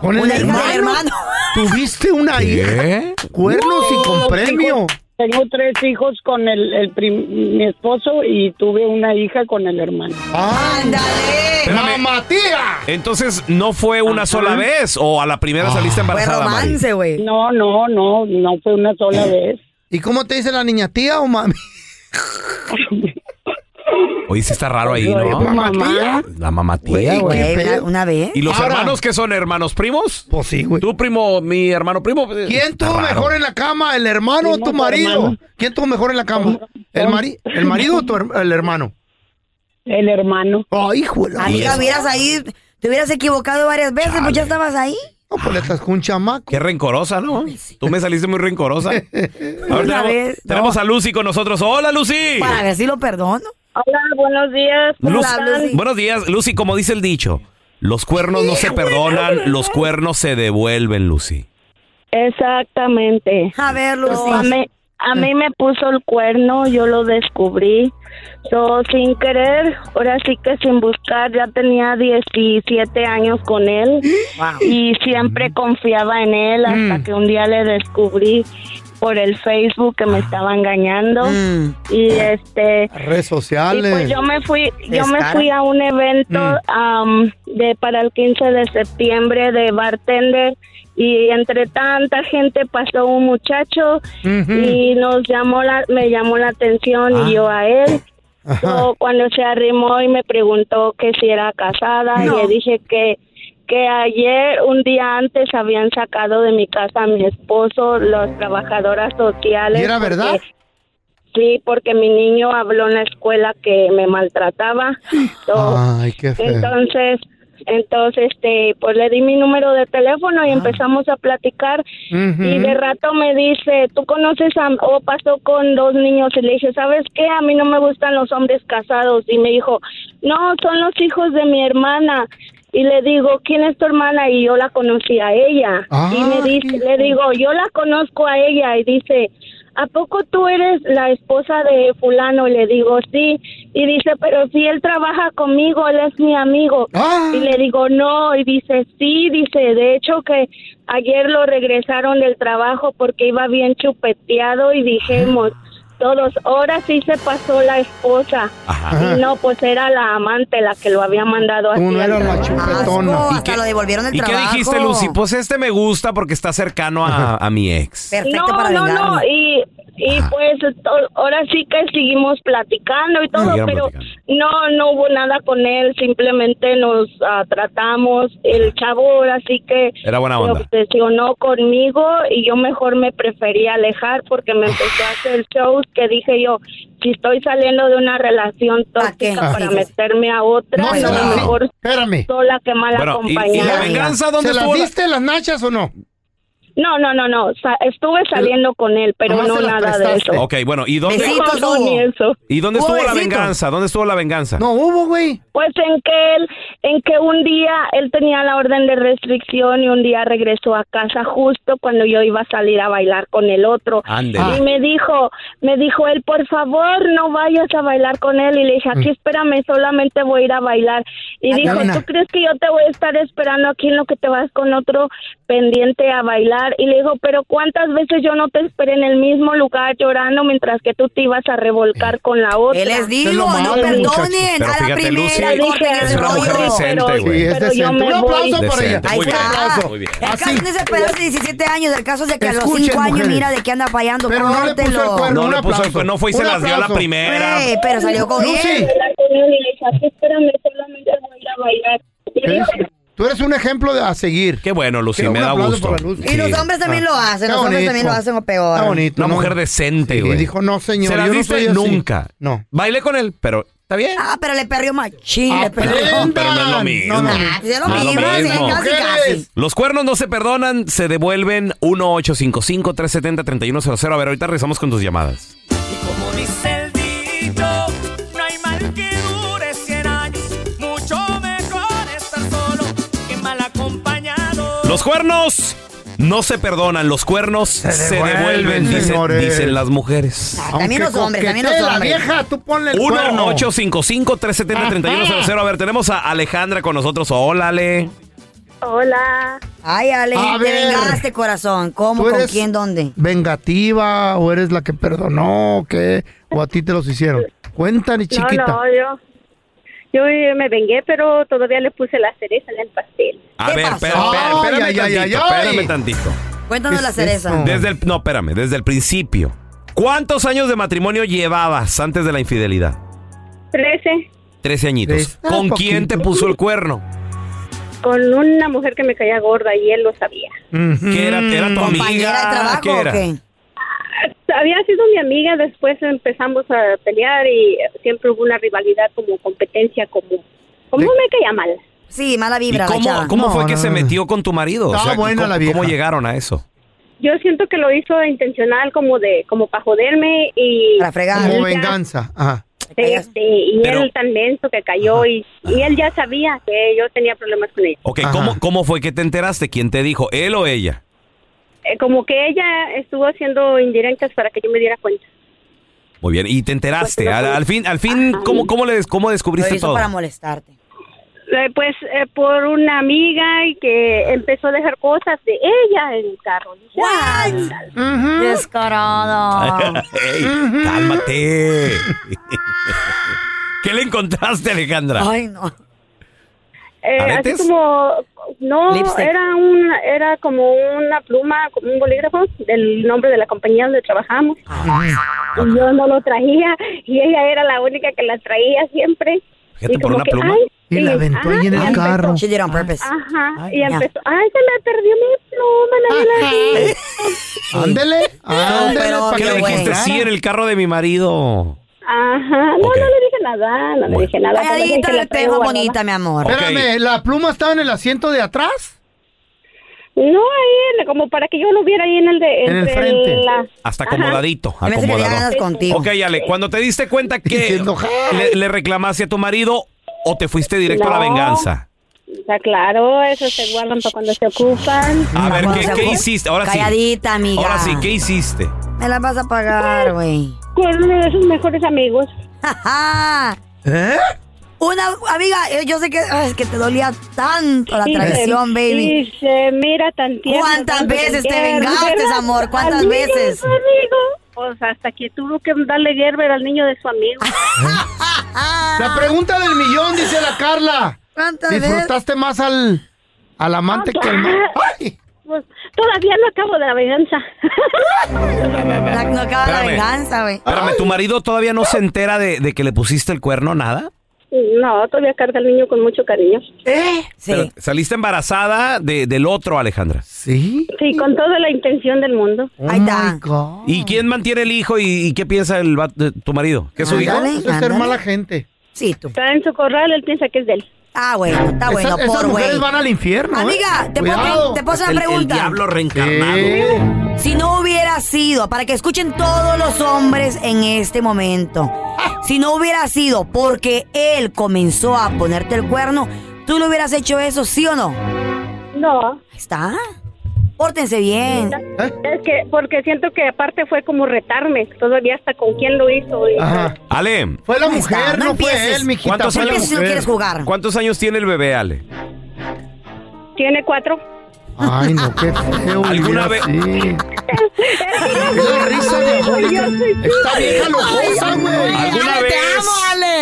S3: Con el
S19: Una hija
S3: hermano.
S19: del hermano.
S3: Tuviste una hija. Cuernos y con
S19: Tengo
S3: premio.
S19: hijos- tengo tres hijos con el, el prim- mi esposo y tuve una hija con el hermano.
S3: ¡Ah,
S4: ¡Ándale!
S3: ¡Mamá tía!
S1: Entonces, ¿no fue una sola vez o a la primera
S4: Ah,
S1: saliste embarazada, Mari?
S4: güey.
S19: No, no, no, no fue una sola vez.
S3: ¿Y cómo te dice la niña tía o mami?
S1: Oye, sí está raro ahí,
S3: Oye,
S1: ¿no?
S3: mamá tía.
S1: La mamá
S3: Güey,
S1: tía, güey.
S3: qué
S4: Una,
S3: pedo.
S4: una vez.
S1: ¿Y los
S3: Ahora-
S1: hermanos que son hermanos primos?
S3: Pues sí, güey.
S1: ¿Tu primo, mi hermano primo? eh,
S3: ¿Quién
S1: está
S3: tuvo
S1: raro.
S3: mejor en la cama, el hermano o tu
S19: Somos
S3: marido?
S19: hermanos.
S3: ¿Quién tuvo mejor en la cama? ¿El, mari el marido o tu her- el hermano?
S19: El hermano.
S3: ¡Ay, hijo de la
S4: Amiga, hubieras ahí, te hubieras equivocado varias veces, pues ya estabas ahí.
S3: No, pues le estás con un chamaco.
S1: Qué rencorosa, ¿no? Tú me saliste muy rencorosa. A ver,
S4: Una
S1: tenemos,
S4: vez, no.
S1: tenemos a Lucy con nosotros. ¡Hola, Lucy!
S4: Para ver si lo perdono.
S19: Hola, buenos días.
S1: Lu-
S4: Hola, Lucy.
S1: Buenos días, Lucy. Como dice el dicho, los cuernos no se perdonan, los cuernos se devuelven, Lucy.
S19: Exactamente.
S4: A ver,
S19: A
S4: Lucy.
S19: mí, a mí me puso el cuerno, yo lo descubrí. So, sin querer, ahora sí que sin buscar, ya tenía 17 años con él
S4: Wow.
S19: y siempre confiaba en él
S3: Mm.
S19: hasta que un día le descubrí por el Facebook que
S3: Ah.
S19: me estaba engañando
S4: Mm.
S19: y este
S3: Redes
S19: y
S3: sociales.
S19: pues yo me fui, yo me
S4: Descara.
S19: fui a un evento
S3: Mm.
S19: am, de para el 15 de septiembre de bartender y entre tanta gente pasó un muchacho
S3: Ujú. Ah.
S19: y nos llamó la, me llamó la atención y yo a él. So, cuando se arrimó y me preguntó que si era casada,
S3: No.
S19: le dije que que ayer, un día antes, habían sacado de mi casa a mi esposo, las trabajadoras sociales.
S3: ¿Y era verdad?
S19: porque- sí, porque mi niño habló en la escuela que me maltrataba. So,
S3: Ay, qué feo.
S19: entonces, entonces, este, pues le di mi número de teléfono y empezamos a platicar.
S3: Ah. Ujú.
S19: Y de rato me dice, ¿tú conoces a.? O pasó con dos niños y le dije, ¿sabes qué? A mí no me gustan los hombres casados. Y me dijo, No, son los hijos de mi hermana. Y le digo, ¿quién es tu hermana? Y yo la conocí a ella. y me dice, le digo, yo la conozco a ella. Y dice, ¿a poco tú eres la esposa de fulano? Le digo, sí. Y dice, pero si él trabaja conmigo, él es mi amigo.
S3: Ah.
S19: Y le digo, no. Y dice, sí, dice, de hecho que ayer lo regresaron del trabajo porque iba bien chupeteado y dijimos, todos, ahora sí se pasó la esposa.
S1: Ajá.
S19: Y no, pues era la amante la que lo había mandado así.
S3: no
S19: al
S3: era la
S19: trabajo.
S3: chupetona.
S4: Hasta lo devolvieron del
S1: ¿Y qué
S4: trabajo.
S1: dijiste, Lucy? Pues este me gusta porque está cercano a, a mi ex.
S4: Perfecto
S19: no,
S4: para Ah.
S19: no, no,
S4: vengarme.
S19: y, y pues to- ahora sí que seguimos platicando y todo,
S1: Siguieron
S19: pero no, no hubo nada con él, simplemente nos ah, tratamos, el chavo ahora sí que
S1: Era buena
S19: se
S1: onda.
S19: obsesionó conmigo y yo mejor me prefería alejar porque me empezó a hacer shows que dije yo, si estoy saliendo de una relación tóxica
S3: Ah,
S19: para
S3: sí, sí, sí.
S19: meterme a otra,
S3: No,
S19: no,
S3: no, no.
S19: mejor
S3: Espérame.
S19: sola que mal
S3: Bueno, ¿y- y la
S19: acompañada.
S3: venganza dónde ¿Se la estuvo la- diste las nachas o no?
S19: No, no, no, no. sa- estuve saliendo con él, pero
S3: Nomás
S19: no
S3: se las
S19: nada de eso.
S1: Ok, bueno, ¿y dónde,
S19: No, no, ni eso.
S1: ¿y dónde
S19: Hubo
S1: estuvo la
S19: besito.
S1: venganza? ¿Dónde estuvo la venganza?
S3: No hubo, güey.
S19: Pues en que él, en que un día él tenía la orden de restricción y un día regresó a casa justo cuando yo iba a salir a bailar con el otro.
S1: Ándele.
S19: Y me dijo, me dijo él, por favor, no vayas a bailar con él. Y le dije, aquí
S1: Mm.
S19: espérame, solamente voy a ir a bailar. Y
S1: Ah,
S19: dijo,
S1: Diana.
S19: ¿tú crees que yo te voy a estar esperando aquí en lo que te vas con otro pendiente a bailar? Y le dijo, pero ¿cuántas veces yo no te esperé en el mismo lugar llorando mientras que tú te ibas a
S3: Eh.
S19: revolcar con la otra?
S4: Él es divo, no perdonen. a
S1: Pero
S4: la
S1: fíjate,
S4: primera
S1: Lucy
S4: corten el
S1: es una
S4: rollo.
S1: mujer decente,
S4: Pero-
S1: güey.
S4: Sí, es pero yo decente. me
S3: Un aplauso
S4: voy.
S3: para ella.
S1: Decente,
S3: Ahí
S1: muy bien,
S3: está.
S1: aplauso. Muy bien.
S4: El caso de ese pedazo de 17 años, el caso es de que a los
S3: Escuchen,
S4: 5 años
S3: mujeres.
S4: mira de que anda fallando.
S3: Pero no le puso el
S4: córtelo.
S3: cuerno,
S1: No
S3: un
S1: le puso el
S3: aplauso.
S1: cuerno, fue y se
S3: Un
S1: las dio a la
S3: aplauso.
S1: primera.
S4: Güey, pero salió con
S3: Lucy.
S4: él.
S3: ¿Qué? Tú eres un ejemplo de- a seguir.
S1: Qué bueno, Lucy,
S3: un
S1: me da
S3: aplauso
S1: gusto. Ah.
S3: para Lucy.
S4: Y los hombres también lo hacen,
S3: Está
S4: los hombres también lo
S3: bonito.
S4: hacen o peor.
S3: Está bonito.
S1: Una
S3: ¿no?
S1: mujer decente, güey.
S3: Y dijo, no, señor,
S1: Se las
S3: yo no
S1: diste
S3: soy así.
S1: nunca.
S3: No.
S1: Bailé con él, pero
S4: ¿Está bien? Ah, pero le perdió machín, le perdió.
S1: Pero no es lo mismo.
S4: No, no, no. Ah, es lo
S1: No es lo
S4: mismo, sí,
S1: mismo.
S4: casi, casi.
S1: Los cuernos no se perdonan, se devuelven 1-855-370-3100. A ver, ahorita regresamos con tus llamadas.
S6: Como dice el dicho, no hay mal que dure 100 años. Mucho mejor estar solo que mal acompañado.
S1: Los cuernos no se perdonan, los cuernos se devuelven,
S3: devuelven,
S1: dicen-
S3: señores.
S1: dicen las mujeres.
S4: Ah, También los
S3: Aunque
S4: hombres, también los
S3: coquetee la
S4: hombres.
S3: vieja, tú ponle el cuerno.
S1: 1-855-370-3100. A ver, tenemos a Alejandra con nosotros. Hola, Ale.
S4: Hola. Ay, Ale,
S3: A
S4: te
S3: ver.
S4: vengaste, corazón. ¿Cómo?
S3: ¿Tú
S4: ¿Con
S3: eres
S4: quién? ¿Dónde?
S3: ¿Vengativa o eres la que perdonó o qué? ¿O a ti te los hicieron? Cuéntame, chiquita.
S20: No, no, yo, yo me vengué, pero todavía le puse la cereza en el pastel.
S1: A ver, espera-
S3: pasó?
S1: espera-
S3: Ay,
S1: espérame,
S3: ay, ay,
S1: tantito,
S3: ay, ay.
S1: espérame tantito.
S4: Cuéntanos la cereza.
S1: Desde el, no, espérame, desde el principio. ¿Cuántos años de matrimonio llevabas antes de la infidelidad?
S20: Trece,
S1: Trece añitos.
S20: Tres. Ah,
S1: ¿Con quién
S20: poquito.
S1: te puso el cuerno?
S20: con una mujer que me caía gorda y él lo sabía.
S1: ¿Qué era, era tu
S20: ¿Compañera
S1: amiga?
S20: de trabajo
S1: Ah, ¿Qué
S20: o
S1: era?
S20: qué? Ah, Había sido mi amiga, después empezamos a pelear y siempre hubo una rivalidad como competencia común. Como me caía mal.
S4: Sí, mala
S1: ¿Y cómo, cómo fue que se metió con tu marido?
S20: Estaba buena
S1: ¿cómo,
S20: la vieja.
S1: cómo llegaron a eso?
S20: Yo siento que lo hizo intencional como de como para joderme y
S3: Como
S20: Él ya-
S3: venganza. Ajá.
S20: Este, y
S1: Pero-
S20: él tan menso que cayó y, y él ya sabía que yo tenía problemas con ella.
S1: Ok, ¿cómo, ¿cómo fue que te enteraste? ¿Quién te dijo? ¿Él o ella?
S20: Eh, como que ella estuvo haciendo indirectas para que yo me diera cuenta.
S1: Muy bien, y te enteraste. Al, al fin, al fin ¿cómo, cómo, le des- cómo descubriste todo?
S20: molestarte. pues eh, por una amiga y que empezó a dejar cosas de ella en el carro. "Ah,
S4: Descarado.
S1: Ey, ¡Cálmate! ¿Qué le encontraste, Alejandra?
S4: Ay, no.
S20: Eh, así
S1: ¿Aretes?
S20: como no
S1: Lipstick.
S20: era un era como una pluma, como un bolígrafo del nombre de la compañía donde trabajamos.
S1: Ah.
S20: Y yo no lo traía y ella era la única que la traía siempre.
S1: Fíjate,
S20: Y
S1: por
S20: como
S1: una
S20: que,
S1: pluma.
S20: ay, Y la aventó ahí en el ay,
S1: carro.
S20: empezó,
S1: She did it on purpose.
S20: Ajá.
S1: Ay,
S20: y
S1: ya.
S20: empezó, ay, se me perdió mi pluma, nadie la vi.
S3: Ándele,
S20: Ah,
S3: ándele.
S20: pero-
S1: ¿Qué
S20: pero,
S1: le dijiste?
S20: güey.
S1: Sí, en el carro de mi marido.
S20: Ajá. No, no le dije nada, no le dije nada. solo le dije que la traigo guardada.
S3: Espérame, ¿la pluma estaba en el asiento de atrás?
S20: No, ahí, en- como para que yo lo viera ahí en el de.
S1: En el
S20: entre
S1: frente.
S20: la-
S1: Hasta
S20: Ajá.
S1: acomodadito,
S20: Se me hace que tenía
S1: acomodado.
S20: ganas contigo.
S1: Ok, Ale, cuando te diste cuenta que le, le reclamaste a tu marido o te fuiste directo a la
S20: No.
S1: venganza.
S20: Está claro, eso se guardan para cuando se ocupan.
S1: A ver, ¿qué, qué hiciste? Ahora sí.
S20: Calladita, amiga.
S1: Ahora sí, ¿qué hiciste?
S20: Me la vas a pagar, güey. Con uno de sus mejores amigos.
S1: ¿Eh?
S4: Una amiga, eh, yo sé que, ay, que te dolía tanto la
S20: Y se-
S4: traición, baby.
S20: y se mira tan tierno,
S4: ¿Cuántas
S20: tanto
S4: veces
S20: que
S4: te
S20: quiero,
S4: vengaste,
S20: ¿verdad?
S4: amor? ¿Cuántas
S20: Al niño de
S4: veces?
S20: su amigo. Pues hasta que tuvo que darle Gerber al niño de su amigo.
S3: La pregunta del millón, dice la Carla.
S20: ¿Cuántas
S3: ¿Disfrutaste más al, al amante que al ma- ¡Ay!
S20: Pues todavía no acabo de la venganza.
S4: No acaba la
S1: Espérame.
S4: venganza, güey.
S1: Espérame, ¿tu marido todavía no se entera de, de que le pusiste el cuerno? ¿Nada?
S20: No, todavía carga al niño con mucho cariño. ¿Eh? Sí.
S1: Pero saliste embarazada de- del otro, Alejandra.
S3: Sí.
S20: Sí, con toda la intención del mundo. Ahí está.
S1: ¿Y quién mantiene el hijo y, y qué piensa el vato- de tu marido? ¿Que es su hijo?
S20: Pues
S3: Eso es ser mala gente.
S4: Sí, tú.
S20: Está en su corral, él piensa que es de él.
S4: Ah, bueno, está bueno,
S3: esas
S4: por
S3: mujeres
S4: güey.
S3: van al infierno.
S4: Amiga,
S3: ¿eh?
S4: te puedo-
S3: Cuidado.
S4: te puedo hacer una El- el pregunta. diablo
S1: reencarnado.
S4: Si no hubiera sido, para que escuchen todos los hombres en este momento, si no hubiera sido porque él comenzó a ponerte el cuerno, ¿tú le hubieras hecho eso, sí o no?
S20: No.
S4: Ahí está. Pórtense bien.
S3: ¿Eh?
S20: Es que, porque siento que aparte fue como retarme, todavía hasta con quién lo hizo. y-
S1: Ale.
S3: Fue la
S20: Ahí está, mujer, no no fue empieces. él, mijita,
S1: ¿Cuántos
S20: fue la
S1: años,
S20: empieces si no mujer. quieres jugar.
S1: ¿Cuántos años tiene el bebé, Ale?
S20: Tiene cuatro.
S3: Ay, no, qué feo.
S1: ¿Alguna vez?
S3: Qué risa de abuelita. Está vieja locosa,
S1: Ay,
S3: güey.
S1: ¿Alguna vez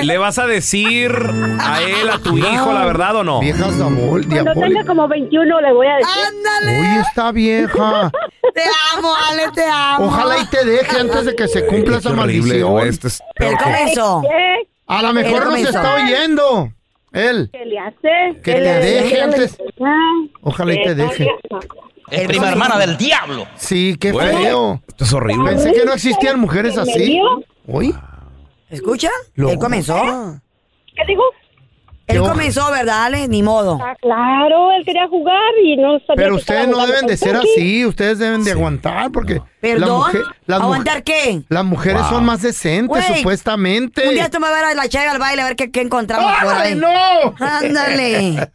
S1: le vas a decir a él, a tu hijo, la verdad o no?
S3: Viejas de amor,
S20: Cuando tenga como 21 le voy a decir.
S3: Oye, está vieja.
S4: Te amo, Ale, te amo.
S3: Ojalá y te deje antes de que se cumpla esa maldición.
S4: Él comenzó.
S3: A lo mejor nos está oyendo. Él.
S20: ¿Qué le hace?
S3: Que
S20: ¿Qué
S3: te
S20: le-
S3: deje
S20: qué le-
S3: antes.
S20: Ah,
S3: Ojalá y
S20: qué
S3: te deje.
S20: tal-
S3: Es prima hermana del
S1: diablo.
S3: Sí, qué
S1: Güey,
S3: feo.
S1: Esto es horrible.
S3: Pensé que no existían mujeres
S20: ¿Me
S3: así.
S20: dio?
S3: Oye,
S4: ¿Escucha?
S3: Lo-
S4: Él comenzó.
S20: ¿Qué digo?
S4: Él comenzó, ¿verdad, Ale? Ni modo.
S20: Ah, claro, él quería jugar y no sabía.
S3: pero
S20: que estaba
S3: ustedes no
S20: jugando
S3: deben
S20: con
S3: de ser
S20: Chucky.
S3: así. Ustedes deben de aguantar porque.
S4: ¿Perdón?
S3: mu-
S4: ¿Aguantar qué?
S3: Las mujeres
S4: Wow.
S3: son más decentes,
S4: Güey,
S3: supuestamente.
S4: Un día tú me vas a ver a la chaga al baile a ver qué, qué encontramos por
S3: ¡Ay,
S4: ahí.
S3: no!
S4: Ándale.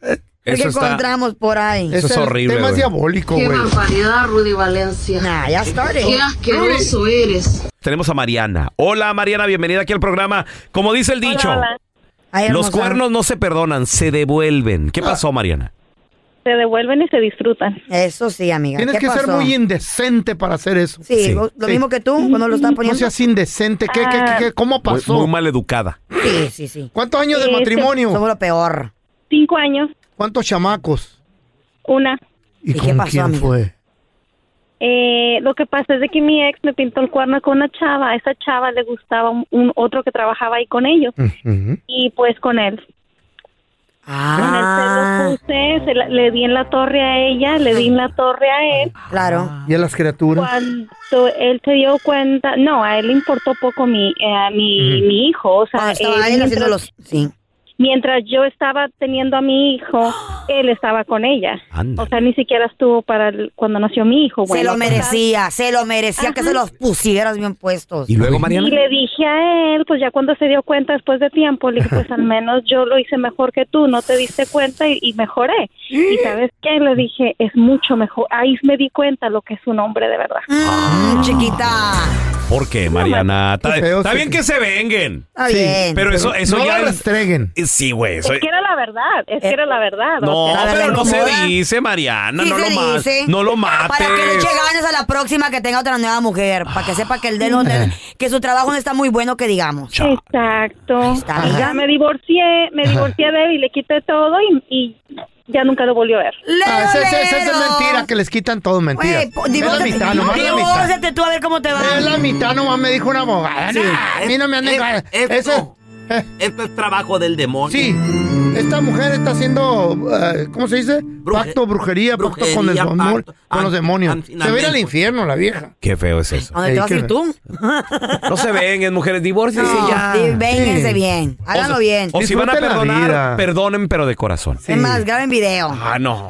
S4: ¿Qué
S3: Eso está-
S4: encontramos por ahí?
S3: Ese Tema es diabólico,
S4: Qué
S3: güey.
S4: barbaridad, Rudy Valencia. Nah, ya está.
S21: Qué asqueroso
S4: eres.
S1: Tenemos a Mariana. Hola, Mariana, bienvenida aquí al programa. Como dice el dicho, los cuernos no se perdonan, se devuelven. ¿Qué pasó, Mariana?
S20: Se devuelven y se disfrutan.
S4: Eso sí, amiga.
S3: Tienes que ser muy indecente para hacer eso.
S4: Sí, Sí. lo- lo mismo que tú, cuando lo están poniendo.
S3: No seas indecente. ¿Qué, qué, qué, qué? cómo
S1: Muy,
S3: pasó?
S1: muy mal educada.
S4: Sí, sí, sí.
S3: ¿Cuántos años de matrimonio?
S4: Somos lo peor.
S20: Cinco años.
S3: ¿Cuántos chamacos?
S20: Una.
S3: ¿Y,
S20: qué
S3: con
S20: pasó,
S3: quién
S20: amiga?
S3: fue?
S20: Eh, lo que pasa es de que mi ex me pintó el cuerno con una chava. A esa chava le gustaba un, un otro que trabajaba ahí con ellos. Y pues con él. Con él se
S4: Ah.
S20: lo puse, se la- le di en la torre a ella, le di en la torre a él.
S4: Ah. Claro.
S3: ¿Y a las criaturas?
S20: Cuando él se dio cuenta, no, a él le importó poco mi, eh, a mi,
S3: Ujú.
S20: mi hijo. O sea,
S4: Cuando Ah, estaba
S20: él
S4: él haciendo los- sí.
S20: mientras yo estaba teniendo a mi hijo, él estaba con ella. O sea, ni siquiera estuvo para el- cuando nació mi hijo.
S4: se
S20: bueno,
S4: lo
S20: pues,
S4: merecía, se lo merecía que se los pusieras bien puestos.
S1: ¿Y luego,
S20: Y le dije a él, pues ya cuando se dio cuenta después de tiempo, le dije, pues al menos yo lo hice mejor que tú, no te diste cuenta y, y mejoré. Y sabes qué, le dije, es mucho mejor. Ahí me di cuenta lo que es un hombre de verdad.
S4: Mm,
S1: Ah.
S4: chiquita.
S1: ¿Por qué, Mariana? Está,
S3: Qué feo,
S1: está
S3: sí.
S1: bien que se venguen.
S4: Está bien.
S1: Pero eso, eso
S3: no
S1: ya
S3: la
S1: es.
S3: restreguen.
S1: Eh, Sí, güey. eso-
S20: Es que era la verdad, es que era
S1: Eh,
S20: la verdad.
S1: No,
S20: o sea,
S1: pero no se dice, Mariana.
S4: Sí
S1: no,
S4: se
S1: lo ma-
S4: dice.
S1: no lo mates.
S4: Para que le eche ganas a la próxima que tenga otra nueva mujer. Para que sepa que el de no
S1: Eh.
S4: que su trabajo no está muy bueno que digamos.
S20: Exacto.
S4: amiga.
S20: Ya me divorcié, me divorcié de él y le quité todo y, y ya nunca lo volvió a ver.
S3: Ah, esa- esa- esa es mentira, que les quitan todo, mentira.
S20: Pues, Güey, po-
S3: Es la
S20: divórciate-
S3: mitad, nomás la mitad.
S4: tú a ver cómo te
S3: va. Es la mitad, nomás me dijo una abogada. Nah, a mí no me han
S4: Eh,
S3: engañado.
S4: eh,
S3: Eso,
S21: Esto es trabajo del demonio.
S3: Sí, esta mujer está haciendo, eh, ¿cómo se dice? pacto, brujería, pacto con el
S21: brujería,
S3: demonio,
S21: pacto,
S3: con los
S21: an-
S3: demonios. Se va a ir al
S21: anfinamiento.
S3: infierno la vieja.
S1: Qué feo es eso.
S4: ¿A dónde te vas a ir tú?
S1: No se vengan, mujeres, divorcios
S4: No,
S1: y ya.
S4: sí, vénganse bien. Háganlo bien.
S1: O si van a
S4: Disfruten la vida.
S1: perdonar, perdonen, pero de corazón.
S4: Es más, graben video.
S1: Ah, no.